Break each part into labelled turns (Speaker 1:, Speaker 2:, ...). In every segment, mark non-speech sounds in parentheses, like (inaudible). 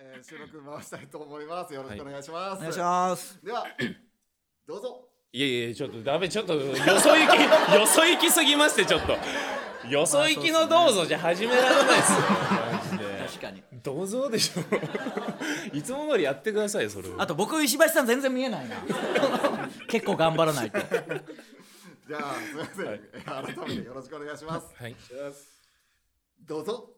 Speaker 1: えー収録回したいと思います。よろしくお願いします。
Speaker 2: お願いします。
Speaker 1: では、どうぞ。
Speaker 3: いやいやちょっとダメちょっとよそ行 (laughs) きよそ行きすぎましてちょっとよそ行きのどうぞじゃ始められないですよマジ (laughs) で
Speaker 2: 確かに。
Speaker 3: どうぞでしょいつも通りやってくださいそれを
Speaker 2: あと僕石橋さん全然見えないな。 (laughs) 結構頑張らないと。
Speaker 1: じゃあ、すみません、えー改めてよろしくお願いします。
Speaker 3: はい
Speaker 1: どうぞ。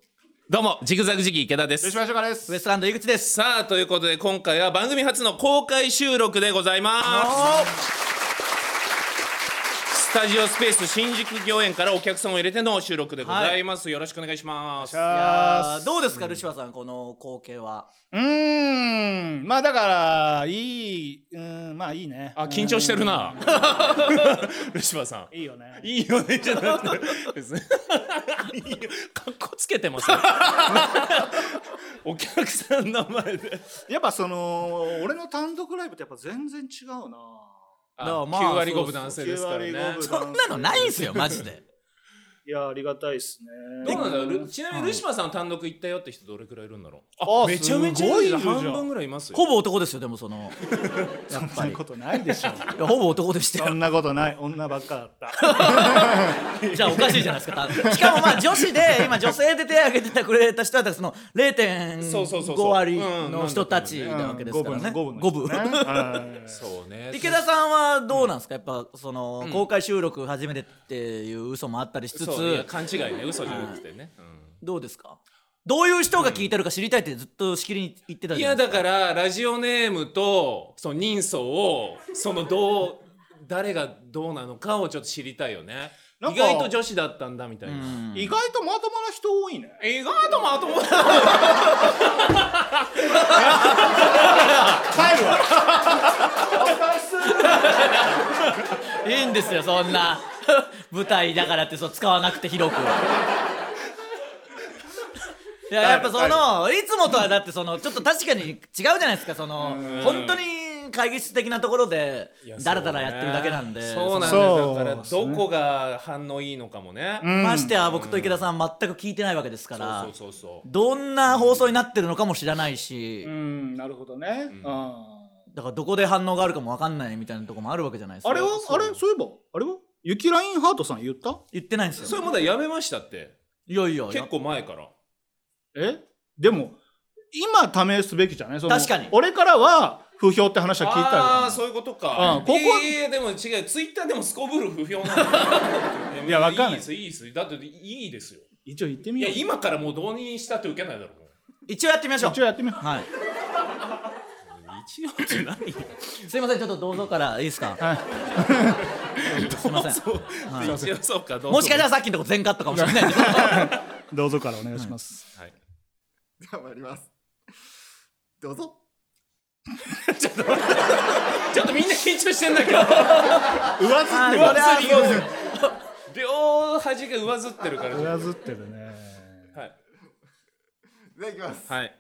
Speaker 3: どうもジグザグジギー池田で
Speaker 1: 吉
Speaker 3: す
Speaker 1: 村翔で
Speaker 2: ウエ
Speaker 1: す。
Speaker 2: ストランド井口です。
Speaker 3: さあということで今回は番組初の公開収録でございますスタジオスペース新宿御苑からお客さんを入れての収録でございます、よろしくお願いします
Speaker 2: い
Speaker 4: あ
Speaker 2: やーどうですか、ルシファーさんこの光景は。
Speaker 4: ーうーんまあだからいいうんまあいいね
Speaker 3: あ緊張してるな (laughs) ルシファーさん
Speaker 4: いいよね
Speaker 3: いいよねじゃなくて別にいいよかっこつけてますよお客さんの前で
Speaker 4: やっぱその俺の単独ライブってやっぱ全然違うな
Speaker 3: あ
Speaker 2: だからまあ
Speaker 3: 9割
Speaker 2: そ
Speaker 3: 5
Speaker 2: うそう
Speaker 3: 分男性ですからね
Speaker 4: 9割五分
Speaker 2: そんなのないんすよマジで。
Speaker 4: いやありがたいっす
Speaker 3: ど
Speaker 4: ね
Speaker 3: うなんだろうルちなみにルシファーさん単独行ったよって人どれくらいいるんだろう
Speaker 4: あ
Speaker 3: めちゃめちゃいるじゃん
Speaker 4: すごいいるじゃ
Speaker 3: 半
Speaker 4: ん
Speaker 3: 分ぐらいいますよ
Speaker 2: ほぼ男ですよでもその。やっ
Speaker 4: そ
Speaker 2: ぱ
Speaker 4: ん
Speaker 2: り
Speaker 4: な。ことないでしょ
Speaker 2: いやほぼ男
Speaker 4: (laughs)
Speaker 2: でした
Speaker 4: そ
Speaker 2: よ。
Speaker 4: んなことない女ばっかだ
Speaker 3: (laughs)
Speaker 4: った
Speaker 2: じゃあおかしいじゃないですか。多分しかもまあ女子で今女性で手挙げてたくれた人はその
Speaker 3: そうそうそう
Speaker 2: 0.5
Speaker 3: そう
Speaker 2: 割
Speaker 3: うん
Speaker 2: の人たちなわけですからね。
Speaker 4: 五分
Speaker 2: 五
Speaker 4: 五分
Speaker 2: 分
Speaker 4: の人ねう
Speaker 3: (laughs)
Speaker 4: ん
Speaker 3: そうね
Speaker 2: (laughs) 池田さんはどうなんですか、やっぱその、公開収録初めてっていう嘘もあったりしつ
Speaker 3: そういや
Speaker 2: つ
Speaker 3: 勘違いね嘘じゃなくてね、うん
Speaker 2: どうですかどういう人が聞いてるか知りたいってずっとしきりに言ってた
Speaker 3: い
Speaker 2: じ
Speaker 3: や
Speaker 2: ゃないで
Speaker 3: だ
Speaker 2: すか
Speaker 3: からラジオネームとその人相をそのどう誰がどうなのかをちょっと知りたいよね
Speaker 4: なん
Speaker 3: 意
Speaker 4: か
Speaker 3: 外と女子だったんだみたいな、
Speaker 4: 意外とまともな人多いね
Speaker 3: 意外とまともだ
Speaker 4: 帰る (laughs) わ
Speaker 2: いいんですよそんな (laughs) 舞台だからってそう使わなくて (laughs) 広くいややっぱそのいつもとはだってそのちょっと確かに違うじゃないですかその本当に会議室的なところでだらだらやってるだけなんで
Speaker 3: そうなんだ
Speaker 4: そ
Speaker 3: よ
Speaker 4: う
Speaker 3: だからどこが反応いいのかもね、
Speaker 2: ましてや僕と池田さん全く聞いてないわけですから
Speaker 3: そうそうそうそう
Speaker 2: どんな放送になってるのかも知らないし、
Speaker 4: うんなるほどねうん
Speaker 2: だからどこで反応があるかもわかんないみたいなとこもあるわけじゃないですか
Speaker 4: あれは
Speaker 2: そう
Speaker 4: あれそういえばあれはユキラインハートさん言った
Speaker 2: 言ってないんです
Speaker 3: そ
Speaker 2: よ
Speaker 3: れまだやめましたって
Speaker 2: いやいや
Speaker 3: 結構前から
Speaker 4: えでも今ためすべきじゃないその
Speaker 2: 確かに
Speaker 4: 俺からは不評って話は聞いたよ
Speaker 3: ああーそういうことか、
Speaker 4: うんここ
Speaker 3: いやいやいやでも違うツイッターでもすこぶる不評なんだよ
Speaker 4: いやわかん
Speaker 3: いい
Speaker 4: ない
Speaker 3: ですいいですだっていいですよ
Speaker 4: 一応言って
Speaker 3: い
Speaker 4: みよ
Speaker 3: や
Speaker 4: う
Speaker 3: 今からもうどうにしたって受けないだろう
Speaker 2: 一応やってみましょう
Speaker 4: 一応やってみよ
Speaker 2: (laughs)
Speaker 4: う
Speaker 2: はい
Speaker 3: 一応って何
Speaker 2: すいませんちょっとどうぞからいいですか
Speaker 4: はい
Speaker 2: すいません
Speaker 3: そう一応そうかどうぞ
Speaker 2: もしかしたらさっきのとこ全カットかもしれない (laughs) です
Speaker 4: どうぞからお願いします、
Speaker 3: はい
Speaker 1: では参ります。どうぞ。
Speaker 3: ちょっとみんな緊張してんだ
Speaker 2: (laughs)
Speaker 3: けど
Speaker 4: 上ず
Speaker 2: あー
Speaker 4: っ
Speaker 2: こ
Speaker 4: てる
Speaker 2: れ
Speaker 4: わ
Speaker 2: はそうです
Speaker 3: 両端が上ずってるから
Speaker 4: 上ずってるね
Speaker 3: はい、
Speaker 1: では行きます。
Speaker 3: はい、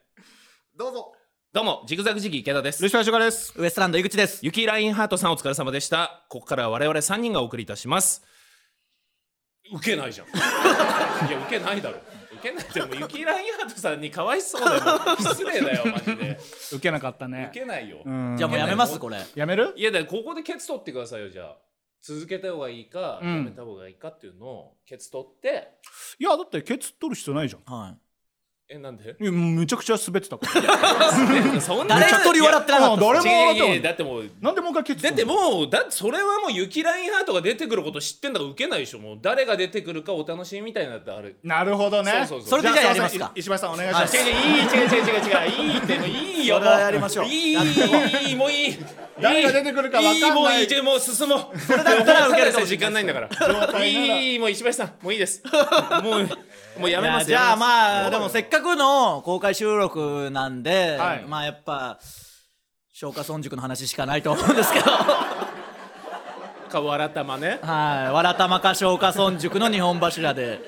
Speaker 1: どうぞ。
Speaker 3: どうもジグザグジギー池田です
Speaker 4: ルシファーシュガです
Speaker 2: ウエストランド井口です
Speaker 3: ゆきラインハートさんお疲れ様でしたここからは我々3人がお送りいたします受けないじゃん (laughs) いや受けないだろ受けないってもうゆきラインハートさんにかわいそうだよ失礼だよマジで
Speaker 4: 受けなかったね
Speaker 3: 受けないよ
Speaker 4: うん
Speaker 2: じゃあもうやめますこれ
Speaker 4: やめる
Speaker 3: いやだからここでケツ取ってくださいよじゃあ続けた方がいいか、
Speaker 4: うん
Speaker 3: やめた方がいいかっていうのをケツ取って
Speaker 4: いやだってケツ取る必要ないじゃん
Speaker 2: は
Speaker 3: えなん
Speaker 4: (laughs)
Speaker 3: で
Speaker 4: いやもうめちゃくちゃ滑ってたから
Speaker 3: そん
Speaker 2: い
Speaker 3: な
Speaker 2: 誰一人笑ってなかった
Speaker 4: いやもう誰
Speaker 3: い
Speaker 4: も
Speaker 3: やいやい
Speaker 4: 笑
Speaker 3: や
Speaker 4: って
Speaker 3: だってもう
Speaker 4: なんでもう一回ケツ
Speaker 3: だっ
Speaker 4: 取
Speaker 3: て
Speaker 4: るの
Speaker 3: もうだってそれはもう雪ラインハートが出てくること知ってんだから受けないでしょもう誰が出てくるかお楽しみみたいなってある
Speaker 4: なるほどね
Speaker 3: そうそうそう
Speaker 2: それでじゃあやりますか
Speaker 4: じゃあい石橋さんお願いし
Speaker 3: あ
Speaker 4: ま
Speaker 3: 違
Speaker 4: す
Speaker 3: う違ういい違う違う違う違ういいってもういいよ
Speaker 2: そ
Speaker 3: も
Speaker 2: れ
Speaker 3: う
Speaker 2: はやりましょう
Speaker 3: いい
Speaker 2: やっ
Speaker 3: いいもういい
Speaker 4: 誰が出てくるかわかんな
Speaker 3: い
Speaker 4: い
Speaker 3: もういいじゃあもう進もうそれ
Speaker 2: だったら受けるかもしれない
Speaker 3: 時間ないんだから
Speaker 4: 態なら
Speaker 3: いいもう石橋さんもういいですもうもうや
Speaker 2: いい
Speaker 3: めま
Speaker 2: や
Speaker 3: す
Speaker 2: じゃあ
Speaker 3: あ
Speaker 2: まあでもせっかくの公開収録なんで、
Speaker 4: はい
Speaker 2: まあやっぱ消化村塾の話しかないと思うんです (laughs) けど
Speaker 3: かわらたまね
Speaker 2: はい、わらたまか消化村塾の日本柱で、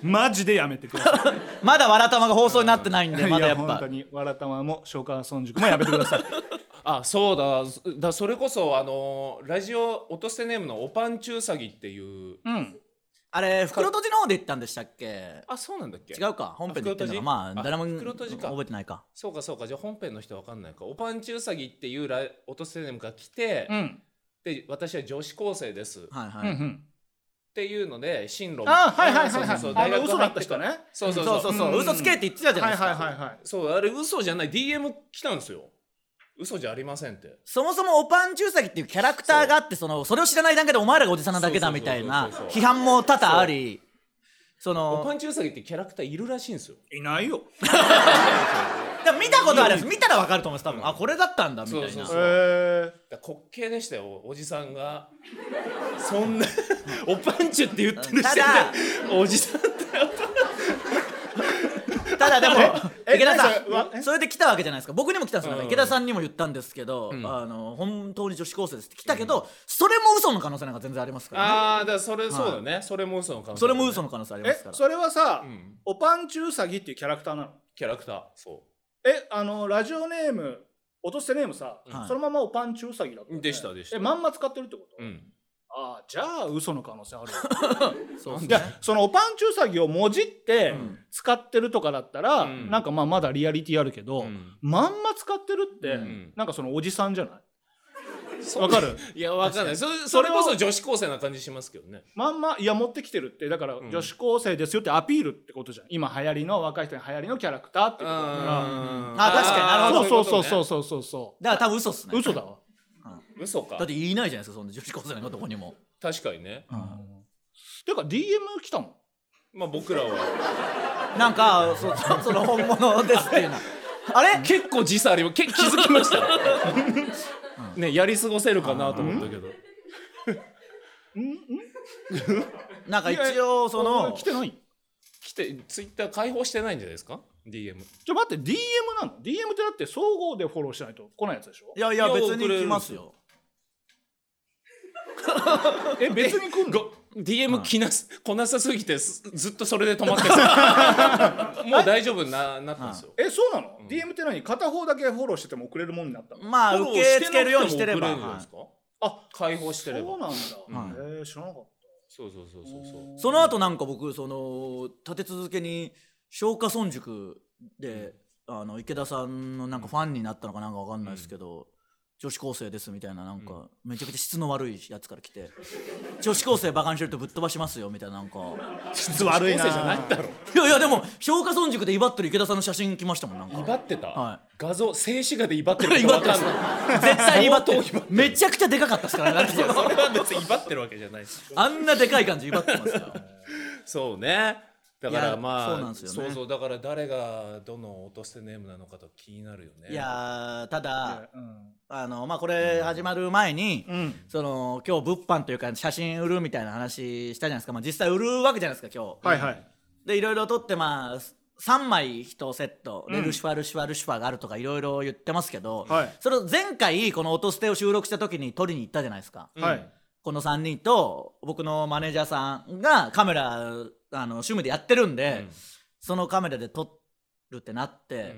Speaker 4: マジでやめてください
Speaker 2: まだわらたまが放送になって
Speaker 4: (laughs)
Speaker 2: ないんで、まだやっ
Speaker 4: いや本当
Speaker 2: ぱ。
Speaker 4: にわらたまも消化村塾もやめてください
Speaker 3: あそうだそだそれこそあのーラジオ落とせネームのおぱんちゅうさぎっていう
Speaker 4: (laughs) うん
Speaker 2: あれ袋閉じの方で行ったんでしたっけ
Speaker 3: あそうなんだっけ
Speaker 2: 違うか本編で行ってん
Speaker 3: 袋閉じ
Speaker 2: のかまあ
Speaker 3: あ
Speaker 2: 誰も
Speaker 3: 袋閉じか
Speaker 2: 覚えてないか
Speaker 3: そうかそうかじゃあ本編の人わかんないかおぱんちうさぎっていうラオトセネムが来て、
Speaker 4: うん
Speaker 3: で私は女子高生です、っ
Speaker 2: はいは
Speaker 4: うんう
Speaker 2: い、
Speaker 4: ん
Speaker 3: ていうので進路も
Speaker 4: あはいはいはい
Speaker 3: そう
Speaker 4: は
Speaker 3: そう
Speaker 4: い
Speaker 3: そう
Speaker 4: あ
Speaker 3: 大
Speaker 4: の
Speaker 3: 学
Speaker 4: 嘘だった
Speaker 3: 人
Speaker 4: 人ね
Speaker 3: そうそうそ
Speaker 2: そ
Speaker 3: そ
Speaker 2: ううそううそう、
Speaker 4: うんうん
Speaker 2: 嘘つけって言ってたじゃない
Speaker 4: はい
Speaker 2: ですか、
Speaker 4: はいはいはい
Speaker 3: あれ嘘じゃない DM 来たんですよ嘘じゃありませんって
Speaker 2: そもそもおぱんちゅうさぎっていうキャラクターがあってそのそれを知らないだけでお前らがおじさんなだけだみたいな
Speaker 3: そうそうそうそう
Speaker 2: 批判も多々ありそ
Speaker 3: おぱ
Speaker 2: の
Speaker 3: んちうさぎってキャラクターいるらしいんですよ
Speaker 4: いないよ
Speaker 2: でも見たことあるんです見たらわかると思うんです多分、あこれだったんだみたい
Speaker 3: そ
Speaker 2: な
Speaker 3: うそうそう
Speaker 4: え
Speaker 3: だから滑稽でしたよおおじさんがそんなおぱんちゅって言ってる時点でおじさんだよ
Speaker 2: ただでも
Speaker 4: え
Speaker 2: 池田
Speaker 4: え何それわ
Speaker 2: さんそれで来たわけじゃないですか僕にも来たんですよ、
Speaker 3: うん
Speaker 2: 池田さんにも言ったんですけど、
Speaker 3: ん
Speaker 2: あの本当に女子高生ですって来たけど、それも嘘の可能性なんか全然ありますから、ね、
Speaker 3: ああだからそれそうだね、それも嘘の可能性
Speaker 2: それも嘘
Speaker 3: の
Speaker 2: の可能性ありま
Speaker 4: え
Speaker 2: すから
Speaker 4: それはさ
Speaker 3: ん
Speaker 4: おぱんちゅうさぎっていうキャラクターなの
Speaker 3: キャラクターそ
Speaker 4: えあのラジオネーム落としてネームさ
Speaker 2: はい
Speaker 4: そのままおぱんちゅうさぎだったよね
Speaker 3: でしたでした
Speaker 4: えまんま使ってるってこと
Speaker 3: ううん
Speaker 4: ああじゃあ嘘の可能性 (laughs) あるわ
Speaker 2: そうです
Speaker 4: じゃ
Speaker 2: ね
Speaker 4: あそのおぱんちゅうさぎをもじって
Speaker 2: ん
Speaker 4: 使ってるとかだったら
Speaker 3: うん
Speaker 4: なんかまあまだリアリティあるけど
Speaker 3: ん
Speaker 4: まんま使ってるって
Speaker 3: ん
Speaker 4: なんかそのおじさんじゃないわかる
Speaker 3: (laughs) いやわかんないそれそれこそ女子高生な感じしますけどね
Speaker 4: まんまいや持ってきてるってだから
Speaker 3: ん
Speaker 4: 女子高生ですよってアピールってことじゃん今流行りの若い人に流行りのキャラクターってことだか
Speaker 3: あ
Speaker 2: あ確かになる
Speaker 4: ら
Speaker 2: ほど
Speaker 4: そうそうそうそううそうそうそ
Speaker 2: だから多分嘘っすね
Speaker 4: う嘘だ
Speaker 3: い
Speaker 4: わ
Speaker 3: うことね嘘か
Speaker 2: だって言いないじゃないですかそんな女子高生なんかどこにも、
Speaker 3: 確かにね
Speaker 4: てか DM 来たの
Speaker 3: まあ僕らは
Speaker 2: なんかそそ (laughs) その本物ですっていうのはあれ
Speaker 3: 結構時差ありますけ気づきましたよねやり過ごせるかなと思ったけど
Speaker 2: なんか一応その
Speaker 4: 来てない
Speaker 3: 来てツイッター開放してないんじゃないですか DM
Speaker 4: ちょ待って DM なの ?DM ってだって総合でフォローしないと来ないやつでしょ
Speaker 2: いやいや
Speaker 3: いや
Speaker 2: 別に来ますよ
Speaker 4: え別に来んの
Speaker 3: DM 来なす、来なさすぎてすずっとそれで止まってさもう大丈夫にななったんですよ
Speaker 4: えそうなの、?DM って何片方だけフォローしてても送れるもんになったの
Speaker 2: まあ受け付けるようにしてれば
Speaker 3: フォローなくも送れるんじゃないですかあ開放してれば
Speaker 4: そうなんだ、
Speaker 2: う
Speaker 4: えー知らなかっ
Speaker 3: そうそうそうそうそう
Speaker 2: その後なんか僕その立て続けに松下村塾で、あの池田さんのなんかファンになったのかなんかわかんないですけど、女子高生ですみたいななんかめちゃくちゃ質の悪いやつから来て女子高生バカにしてるとぶっ飛ばしますよみたいななんか
Speaker 4: 質悪いな
Speaker 3: 高校生じゃないんだろ
Speaker 2: いやいやでも松下村塾で威張ってる池田さんの写真来ましたもんなん
Speaker 3: 威
Speaker 2: か
Speaker 3: 張ってた、
Speaker 2: は
Speaker 3: 画像静止画で威張ってる
Speaker 2: (laughs) 威張ってます絶対に威張ってる
Speaker 3: 相当威張ってる
Speaker 2: めちゃくちゃでかかったですからねだってその
Speaker 3: それは別に威張ってるわけじゃないです
Speaker 2: あんなでかい感じ威張ってますから
Speaker 3: そうねだか
Speaker 2: い
Speaker 3: ら
Speaker 2: や
Speaker 3: まあ
Speaker 2: そうなんですよね
Speaker 3: そうそうだから誰がどの落とせネームなのかと気になるよね
Speaker 2: いやーただ
Speaker 4: た、うん
Speaker 2: あのまあこれ始まる前に、
Speaker 4: ん
Speaker 2: その今日物販というか写真売るみたいな話したじゃないですか、まあ、実際売るわけじゃないですか今日、
Speaker 4: はいはい
Speaker 2: でいろいろ撮ってまあ3枚1セットで、
Speaker 4: うん
Speaker 2: ルシファールシファールシファーがあるとかいろいろ言ってますけど、
Speaker 4: はい
Speaker 2: それを前回この「音捨て」を収録した時に撮りに行ったじゃないですか、
Speaker 3: うん
Speaker 4: はい
Speaker 2: この3人と僕のマネージャーさんがカメラあの趣味でやってるんで、
Speaker 3: うん
Speaker 2: そのカメラで撮るってなって、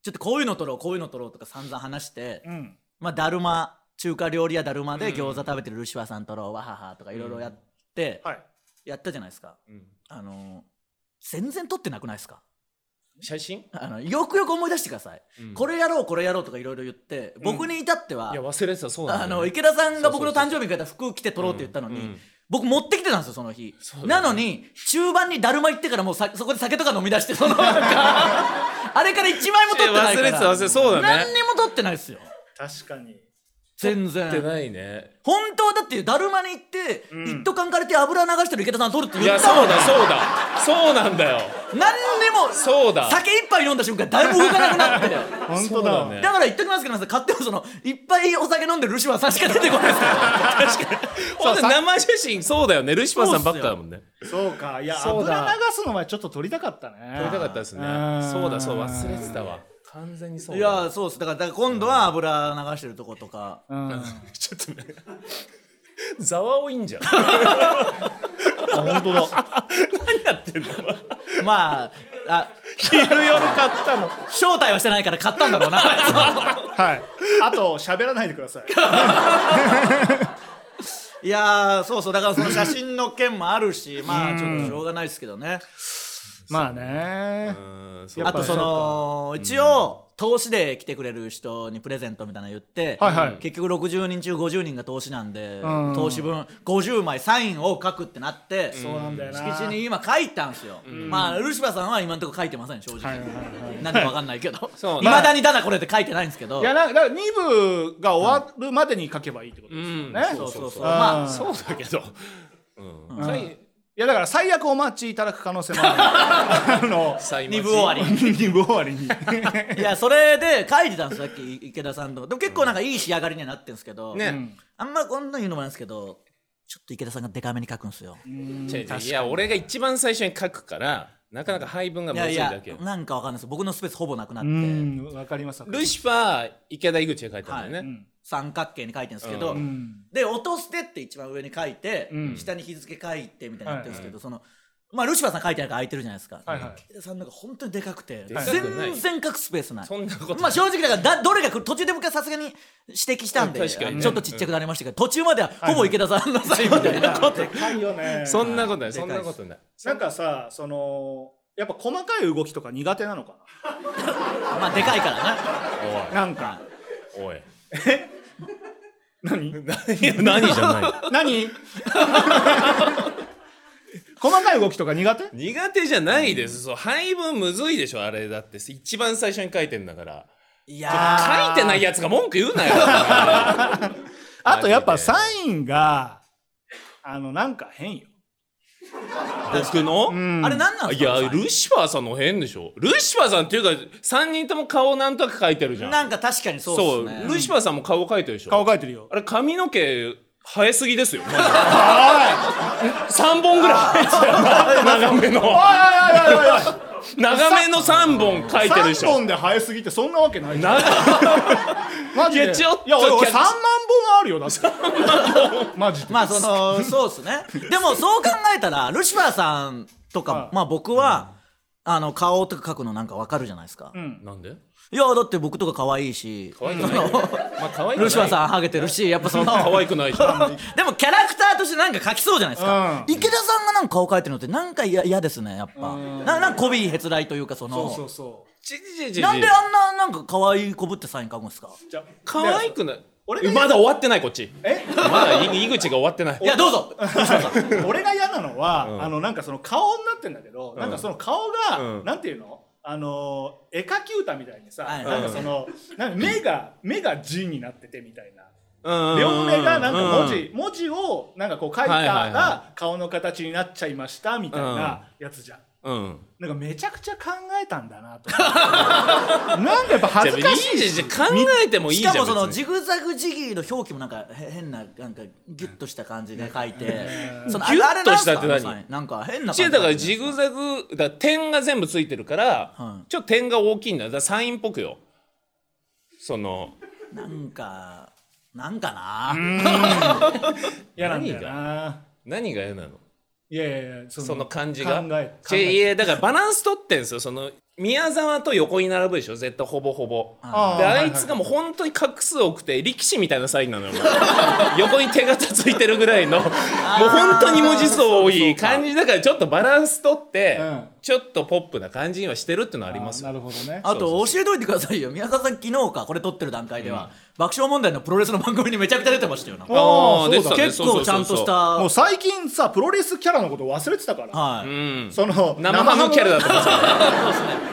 Speaker 2: ちょっとこういうの撮ろうこういうの撮ろうとか散々話して、
Speaker 4: うん
Speaker 2: まあ、だるま中華料理屋だるまで餃子食べてるルシファーさんとろうわははとかいろいろやって、
Speaker 4: はい
Speaker 2: やったじゃないですか
Speaker 3: うん
Speaker 2: あのー全然撮ってなくないですか
Speaker 3: 写真、
Speaker 2: あのよくよく思い出してください、これやろうこれやろうとかいろいろ言って僕に至っては、
Speaker 3: いや忘れてたそうなんだ
Speaker 2: あ
Speaker 3: よ
Speaker 2: の池田さんが僕の
Speaker 3: そうそう
Speaker 2: 誕生日にくれた服着て撮ろうって言ったのに、
Speaker 3: うんうん
Speaker 2: 僕持ってきてたんですよその日
Speaker 3: そうだね
Speaker 2: なのに中盤にだるま行ってからもうさそこで酒とか飲み出してその
Speaker 3: (laughs)
Speaker 2: なんかあれから1枚も撮ってない
Speaker 3: 忘
Speaker 2: か
Speaker 3: れ
Speaker 2: ら
Speaker 3: てた忘れてたそうだ
Speaker 2: 何
Speaker 3: ね
Speaker 2: にも撮ってないですよ
Speaker 4: 確かに
Speaker 2: 全然
Speaker 3: 撮ってないね
Speaker 2: 本当はだってだるまに行って、
Speaker 4: うん
Speaker 2: 一斗缶かられて油流してる池田さん取るって
Speaker 3: い
Speaker 2: 言
Speaker 3: や
Speaker 2: った
Speaker 3: そ
Speaker 2: もん
Speaker 3: うだそうだそうなんだよ
Speaker 2: 何にも
Speaker 3: そうだ
Speaker 2: 酒一杯飲んだ瞬間だいぶ動かなく
Speaker 3: (laughs)
Speaker 2: なってだ
Speaker 4: 本
Speaker 3: そうだね
Speaker 2: から言っときますけど皆さん買ってもそのいっぱいお酒飲んでるルシファーさんしか出てこないですから確か
Speaker 3: ほんで生写真そうだよねルシファーさんばっかだもんね
Speaker 4: そうかいや
Speaker 3: そうだ
Speaker 4: 油流すのはちょっと撮りたかったね
Speaker 3: 撮りたかったですね
Speaker 4: うん
Speaker 3: そうだそう忘れてたわ完全にそう
Speaker 2: にい
Speaker 3: だわ
Speaker 2: やそうですだからだから今度は油流してるとことか
Speaker 4: うん
Speaker 3: ちょっとねざわおいんじゃん
Speaker 4: あ本当だ
Speaker 3: 何やってんの
Speaker 2: まああ
Speaker 4: 昼夜買ったの
Speaker 2: 招待はしてないから買ったんだ
Speaker 4: (laughs)
Speaker 2: ろうな
Speaker 4: はいあと喋らないでください
Speaker 2: いやーそうそうだからその写真の件もあるしまあちょっとしょうがないですけどね
Speaker 4: まあね
Speaker 3: うん
Speaker 4: や
Speaker 2: あ
Speaker 4: っぱ
Speaker 2: と
Speaker 4: り
Speaker 2: その一応投資で来てくれる人にプレゼントみたいなの言って、
Speaker 4: はいはい
Speaker 2: 結局60人中50人が投資なんで、
Speaker 4: うん
Speaker 2: 投資分50枚サインを書くってなって、
Speaker 4: そうなんだよな
Speaker 2: 敷地に今書いたんすよ、まあルシファーさんは今のところ書いてません正直、
Speaker 4: はいはいはい
Speaker 2: なんでかわかんないけど
Speaker 3: そう
Speaker 2: いまだにただこれって書いてないんですけど
Speaker 4: いやなんかだから2部が終わるまでに書けばいいってこと
Speaker 3: う
Speaker 4: ですよ
Speaker 3: ん
Speaker 4: ね、
Speaker 2: そうそうそう
Speaker 4: うん
Speaker 2: まあ
Speaker 3: そうだけど、うん
Speaker 4: うんいやだから最悪お待ちいただく可能性もあるあの
Speaker 3: 歳末
Speaker 2: 二部終わり
Speaker 4: 2部終わ (laughs) りに
Speaker 2: いやそれで書いてたんですさっき池田さんとでも結構なんかいい仕上がりにはなってるんですけど、
Speaker 3: ね、
Speaker 2: あんまこんなん言うのもなんですけどちょっと池田さんがデカめに書くんですよ
Speaker 3: 違う違ういや俺が一番最初に書くからなかなか配分が
Speaker 2: い
Speaker 3: 難
Speaker 2: や
Speaker 3: し
Speaker 2: い
Speaker 3: い
Speaker 2: や
Speaker 3: だけ
Speaker 2: なんかわかんないです僕のスペースほぼなくなっ
Speaker 4: う
Speaker 2: て
Speaker 4: んわかりますわかり
Speaker 3: ル
Speaker 4: ます
Speaker 3: シファー池田井口が書いたんだよ
Speaker 4: う
Speaker 3: ね、
Speaker 4: ん
Speaker 2: 三角形に書いてるんですけど、
Speaker 3: う
Speaker 4: うん
Speaker 2: で落としてって一番上に書いて、
Speaker 4: うん
Speaker 2: 下に日付書いてみたいになってるんですけど、そのまあルシファーさん書いてないから空いてるじゃないですか、
Speaker 4: はいはい
Speaker 2: 池田さんのが本当にでかくて
Speaker 3: かくない
Speaker 2: 全然書くスペースない
Speaker 3: そんなことない
Speaker 2: まあ正直だからだどれが来る途中で僕はさすがに指摘したんで、
Speaker 3: 確かにね
Speaker 2: ちょっとちっちゃくなりましたけど、途中まではほぼ池田さんのサインみ (laughs) たいなこと、
Speaker 4: でかいよね
Speaker 3: そんなことない
Speaker 2: でか
Speaker 3: そ
Speaker 2: い
Speaker 3: んなことない
Speaker 4: なんかさそのやっぱ細かい動きとか苦手なのか
Speaker 2: まあでかいからな
Speaker 4: ななんか
Speaker 3: おい
Speaker 4: 何
Speaker 3: おいいや (laughs) 何じゃない
Speaker 4: (laughs) 何細かい動きとか (laughs) 苦手
Speaker 3: 苦手じゃないです、そう配分むずいでしょあれだって一番最初に書いてんだから
Speaker 2: い
Speaker 3: 書
Speaker 2: や
Speaker 3: いてないやつが文句言うなよ
Speaker 4: あとやっぱ
Speaker 3: マジで
Speaker 4: サインがあのなんか変よ、
Speaker 3: (laughs) 僕の、
Speaker 2: ーあれ何なんで
Speaker 3: い
Speaker 2: すか
Speaker 3: やルシファーさんの変でしょルシファーさんっていうか3人とも顔なんとなく書いてるじゃん
Speaker 2: なんか確かにそう
Speaker 3: そう,、
Speaker 2: ですね
Speaker 3: ルシファーさんも顔描いてるでしょ
Speaker 4: 顔描いてるよ
Speaker 3: あれ髪の毛生えすぎですよ3本ぐらい
Speaker 4: (laughs)
Speaker 3: 生えてる長めの
Speaker 4: おいおいおいおいおい
Speaker 3: 長めの3本描いてるでし
Speaker 4: 3
Speaker 3: ょ
Speaker 4: 本で生えすぎってそんなわけないじゃん
Speaker 3: 長
Speaker 4: マジ
Speaker 3: い
Speaker 4: で
Speaker 3: やちょっと
Speaker 4: いや俺俺3
Speaker 3: 逆
Speaker 4: 万本あるよだってマジで、
Speaker 2: まあそのそうですねでもそう考えたらルシファーさんとか、
Speaker 4: はい
Speaker 2: まあ僕は、あの顔とか描くのなんかわかるじゃないですか、
Speaker 4: うん、
Speaker 3: なんで
Speaker 2: いやだって僕とか可愛いし
Speaker 3: 可愛くないよ、まあ、可愛くない
Speaker 2: ルシファーさんハゲてるしやっぱその
Speaker 3: 可愛くないじゃん
Speaker 2: (laughs) でもキャラクターとしてなんか描きそうじゃないですか、
Speaker 4: うん
Speaker 2: 池田さんがなんか顔描いてるのってなんか嫌嫌ですねやっぱ、
Speaker 4: うん
Speaker 2: ななんかこびへつらいというかその
Speaker 4: そうそうそ
Speaker 3: ちちちち
Speaker 2: なんであんななんか可愛い子ぶってサイン書くんですか
Speaker 4: うじゃ
Speaker 3: 可愛くない
Speaker 4: 俺が
Speaker 3: まだ終わってないこっち
Speaker 4: え
Speaker 3: まだ井井口が終わってない
Speaker 2: いやどうぞ
Speaker 4: (laughs) 俺が嫌なのは、
Speaker 3: うん
Speaker 4: あのなんかその顔になってんだけど、なんかその顔が、
Speaker 3: うん
Speaker 4: なんていうのあのー絵描き歌みたいにさ、
Speaker 2: はい
Speaker 4: なんかその、なんか目が目が字になっててみたいな両
Speaker 3: 両
Speaker 4: 目がなんか文字、文字をなんかこう書いた
Speaker 3: はいはいは
Speaker 4: ら顔の形になっちゃいましたみたいなやつじゃん。
Speaker 3: うんうん
Speaker 4: なんかめちゃくちゃ考えたんだなと思って
Speaker 3: (laughs)
Speaker 4: なんかやっぱ恥ずかしい
Speaker 3: じゃんいいじゃん考えてもいい
Speaker 2: し
Speaker 3: じゃん
Speaker 2: かもその
Speaker 3: 別
Speaker 2: ジ
Speaker 3: に
Speaker 2: グザグジギーの表記もなんかへ変ななんかギュッとした感じで書いてその
Speaker 3: ギュッとしたって何
Speaker 2: あれなんすかなんか変な感
Speaker 3: 違
Speaker 2: じ
Speaker 3: うだからジグザグだから点が全部ついてるから、
Speaker 2: はい
Speaker 3: ちょっと点が大きいんだよだからサインっぽくよその
Speaker 2: なんかなんかな
Speaker 4: 嫌なんだよな
Speaker 3: 何が嫌なの
Speaker 4: いやいやいやそ
Speaker 3: その感じが
Speaker 4: 考え考
Speaker 3: 違うい
Speaker 4: え
Speaker 3: やだからバランス取ってんすよその宮沢と横に並ぶでしょ絶対ほぼほぼ
Speaker 4: あー
Speaker 3: で
Speaker 4: はい
Speaker 3: あ
Speaker 4: はい
Speaker 3: いつがもう本当に画数多くて力士みたいなサインなのよも (laughs) う横に手形ついてるぐらいのもう本当に文字数多い感じだからちょっとバランス取って、
Speaker 4: うん
Speaker 3: ちょっとポップな感じにはしてるってのはありますよ
Speaker 4: あーなるほどね
Speaker 2: あと教えといてくださいよ宮沢さん昨日かこれ撮ってる段階では、爆笑問題のプロレスの番組にめちゃくちゃ出てましたよなんか
Speaker 4: あー
Speaker 3: で
Speaker 4: そう
Speaker 3: す
Speaker 4: だ
Speaker 3: ね
Speaker 2: 結構ちゃんとした
Speaker 4: もう最近さプロレスキャラのこと忘れてたから
Speaker 2: はい、
Speaker 3: うん
Speaker 4: その
Speaker 3: 生ハムキャラだと思うんですよ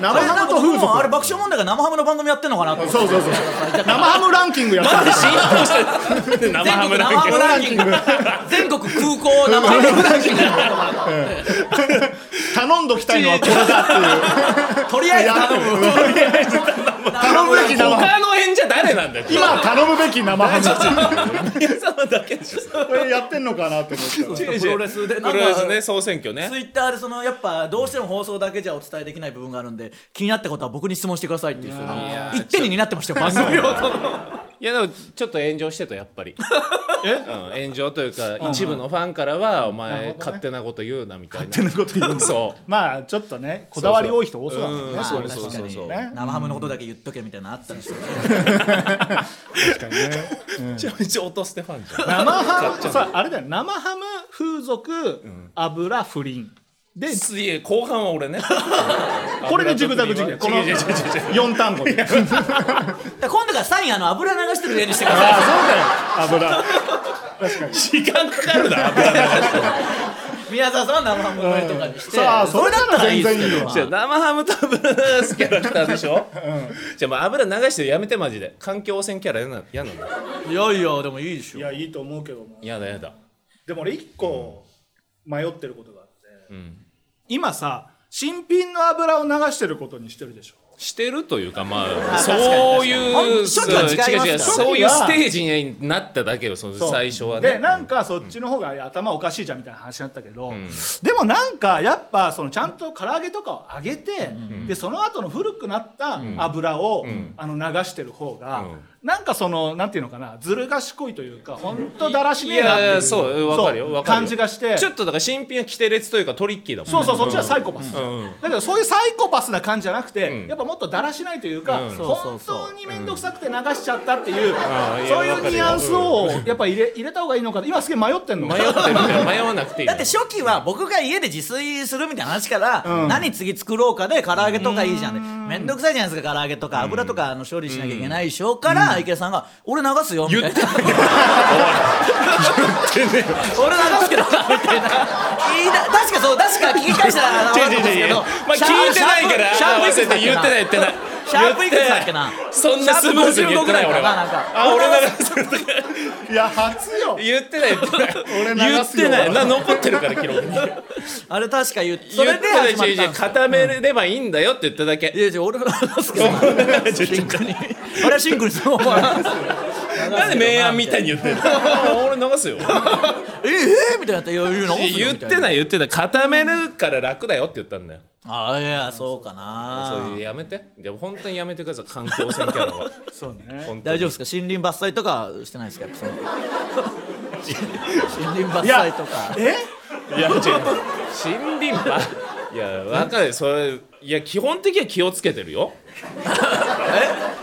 Speaker 4: 生
Speaker 2: あ
Speaker 4: ハムと風
Speaker 2: れなんか僕もあれ
Speaker 4: 俗
Speaker 2: 爆笑問題が生ハムの番組やってんのかなと思って
Speaker 4: そうそうそう生ハムランキングやったんです
Speaker 3: 浸透してる生ハムランキング
Speaker 2: 全国生ハムランキング全国空港生ハムランキング
Speaker 4: 頼んどきたいのはこれだっていう
Speaker 2: とりあえず頼む。
Speaker 4: 頼むべき生ハム
Speaker 3: 他の演者誰なんだよ
Speaker 4: 今頼むべき生ハ
Speaker 3: 宮沢だけでしょ
Speaker 4: ムこれやってんのかなって思ってた
Speaker 2: プロレスで
Speaker 3: プ
Speaker 2: なんか
Speaker 3: ロレスね総選挙
Speaker 2: ツ
Speaker 3: ね
Speaker 2: イッターでそのやっぱどうしても放送だけじゃお伝えできない部分があるんで気になったことは僕に質問してくださいっていうその
Speaker 3: いやー
Speaker 2: 一手に担ってましたよ番組を
Speaker 3: いやでもちょっと炎上してたやっぱりえ、うん、炎上というか一部のファンからはお
Speaker 4: なるほ
Speaker 3: 前
Speaker 4: どね
Speaker 3: 勝手なこと言うなみたいな
Speaker 2: てなこと言
Speaker 3: (laughs)
Speaker 2: う
Speaker 3: そ
Speaker 4: まあちょっとねこだわり多い人多そうだもん
Speaker 3: う
Speaker 4: ね
Speaker 3: ん
Speaker 2: まあ
Speaker 3: そうそうそうそう
Speaker 2: 確かに生ハムのことだけ言っとけみたいなのあったんですけど
Speaker 4: 確かにね、うん
Speaker 3: うめちゃめちゃ落としてファンじゃん
Speaker 4: 生ハムさあれだよ生ハム風俗、油不倫で
Speaker 3: いや後半は俺ね
Speaker 4: (laughs) これでジグザグジグだよこの
Speaker 3: 違う違う違う違う
Speaker 4: 4単語であそう
Speaker 2: だから今度からサインあの油流してる例にしてください
Speaker 4: だよ油
Speaker 3: 時間かかるな油流しても
Speaker 2: 宮沢さんは生ハムの例とかにして
Speaker 4: うんさあ
Speaker 2: それだったらいいですけ
Speaker 4: それなら全然いい
Speaker 2: ど
Speaker 4: よ
Speaker 2: まあ
Speaker 3: じゃあ生ハムと油流すキャラクターでしょ、じゃあまあ油流してやめてマジで環境汚染キャラ嫌な嫌なんだ
Speaker 2: いやいやでもいいでし
Speaker 4: (laughs) い
Speaker 2: ょ
Speaker 4: やいいと思うけども
Speaker 3: 嫌だ嫌だ
Speaker 4: でも俺一個迷ってることがあって
Speaker 3: うん
Speaker 4: 今さ新品の油を流してることにしてるでしょ
Speaker 3: してるというかまあ
Speaker 2: 確かに確かに
Speaker 3: そういう
Speaker 2: 初期は違いますか
Speaker 3: そう違う違
Speaker 2: ら
Speaker 3: う
Speaker 2: 初期は
Speaker 3: そういうステージになっただけよその
Speaker 4: そう
Speaker 3: 最初は
Speaker 4: で
Speaker 3: ね
Speaker 4: なんかそっちの方が頭おかしいじゃんみたいな話になったけど、
Speaker 3: ん
Speaker 4: でもなんかやっぱそのちゃんと唐揚げとかを揚げて、でその後の古くなった油を、あの流してる方が、
Speaker 3: うん
Speaker 4: なんかそのなんていうのかなずる賢いというか本当だらしねえなっ
Speaker 3: い
Speaker 4: て
Speaker 3: やい
Speaker 4: い
Speaker 3: や
Speaker 4: う
Speaker 3: そうわかるよ
Speaker 4: そう
Speaker 3: わかるよ
Speaker 4: 感じがして
Speaker 3: ちょっとだから新品は規定列というかトリッキーだもんね
Speaker 4: そうそうそっちは
Speaker 3: ん
Speaker 4: サイコパス、
Speaker 3: うんうん
Speaker 4: だけどそういうサイコパスな感じじゃなくて、
Speaker 3: うん
Speaker 4: やっぱもっとだらしないというか、
Speaker 3: うん
Speaker 4: 本当に面倒くさくて流しちゃったっていう、
Speaker 3: ん
Speaker 4: そう
Speaker 3: いやわ
Speaker 4: い
Speaker 3: か
Speaker 4: う
Speaker 3: る
Speaker 4: ニ
Speaker 3: よ
Speaker 4: ュアンスをやっぱ入れ入れた方がいいのか今すげえ迷ってんの
Speaker 3: 迷ってるみたいな迷わなくていい
Speaker 2: だ
Speaker 3: の
Speaker 2: って初期は僕が家で自炊するみたいな話から、何次作ろうかで唐揚げとかいいじゃんね面倒くさいじゃないですか唐揚げとか油とかあの処理しなきゃいけないでしょから池田さんが「俺流すよ」みたいな「俺流すけど」みたいな言いだ確かそう確か聞き返したらあの
Speaker 3: 違う違う違う違うまあ聞いてないから
Speaker 2: シャー
Speaker 3: 合
Speaker 2: プ
Speaker 3: わせ
Speaker 2: シャープ
Speaker 3: て
Speaker 2: いくつ
Speaker 3: 言
Speaker 2: だ
Speaker 3: っない言
Speaker 2: ってけ
Speaker 3: ってない
Speaker 2: シャープいくつだっけな
Speaker 3: 言っていそんなスムーズに言ってない俺
Speaker 2: シャープ55ぐらいかななんか
Speaker 3: はあ俺流す
Speaker 4: いや初よ
Speaker 3: 言ってない言ってない言
Speaker 4: 俺流
Speaker 3: っ
Speaker 4: す
Speaker 3: て
Speaker 4: よ
Speaker 3: ないな残ってるから記録に
Speaker 2: あれ確か言 (laughs) ってそ
Speaker 3: 言
Speaker 2: れ
Speaker 3: っ
Speaker 2: で
Speaker 3: てない
Speaker 2: 始まっ
Speaker 3: しい
Speaker 2: た
Speaker 3: や
Speaker 2: んですよ
Speaker 3: 固めればいいんだよって言っただけ
Speaker 2: いやいや俺が流すけど
Speaker 3: (laughs)
Speaker 2: シンクにあれはシンクにそのまま
Speaker 3: なんで明暗みたいに言
Speaker 2: (laughs)
Speaker 3: ってんのあ俺流すよ
Speaker 2: ええみたいなって言うの
Speaker 3: 言ってないい言ってない固めるから楽だよって言ったんだよ
Speaker 2: あいやそうか
Speaker 3: そう
Speaker 2: な
Speaker 3: いうやめてでも本当にやめてください環境汚染キャラは
Speaker 4: そうね
Speaker 3: 本当に
Speaker 2: 大丈夫ですか森林伐採とかしてないですかや
Speaker 3: (laughs)
Speaker 2: っぱその森林伐採とか
Speaker 4: え
Speaker 3: いや違う森林ばいや分かるそれいや基本的には気をつけてるよ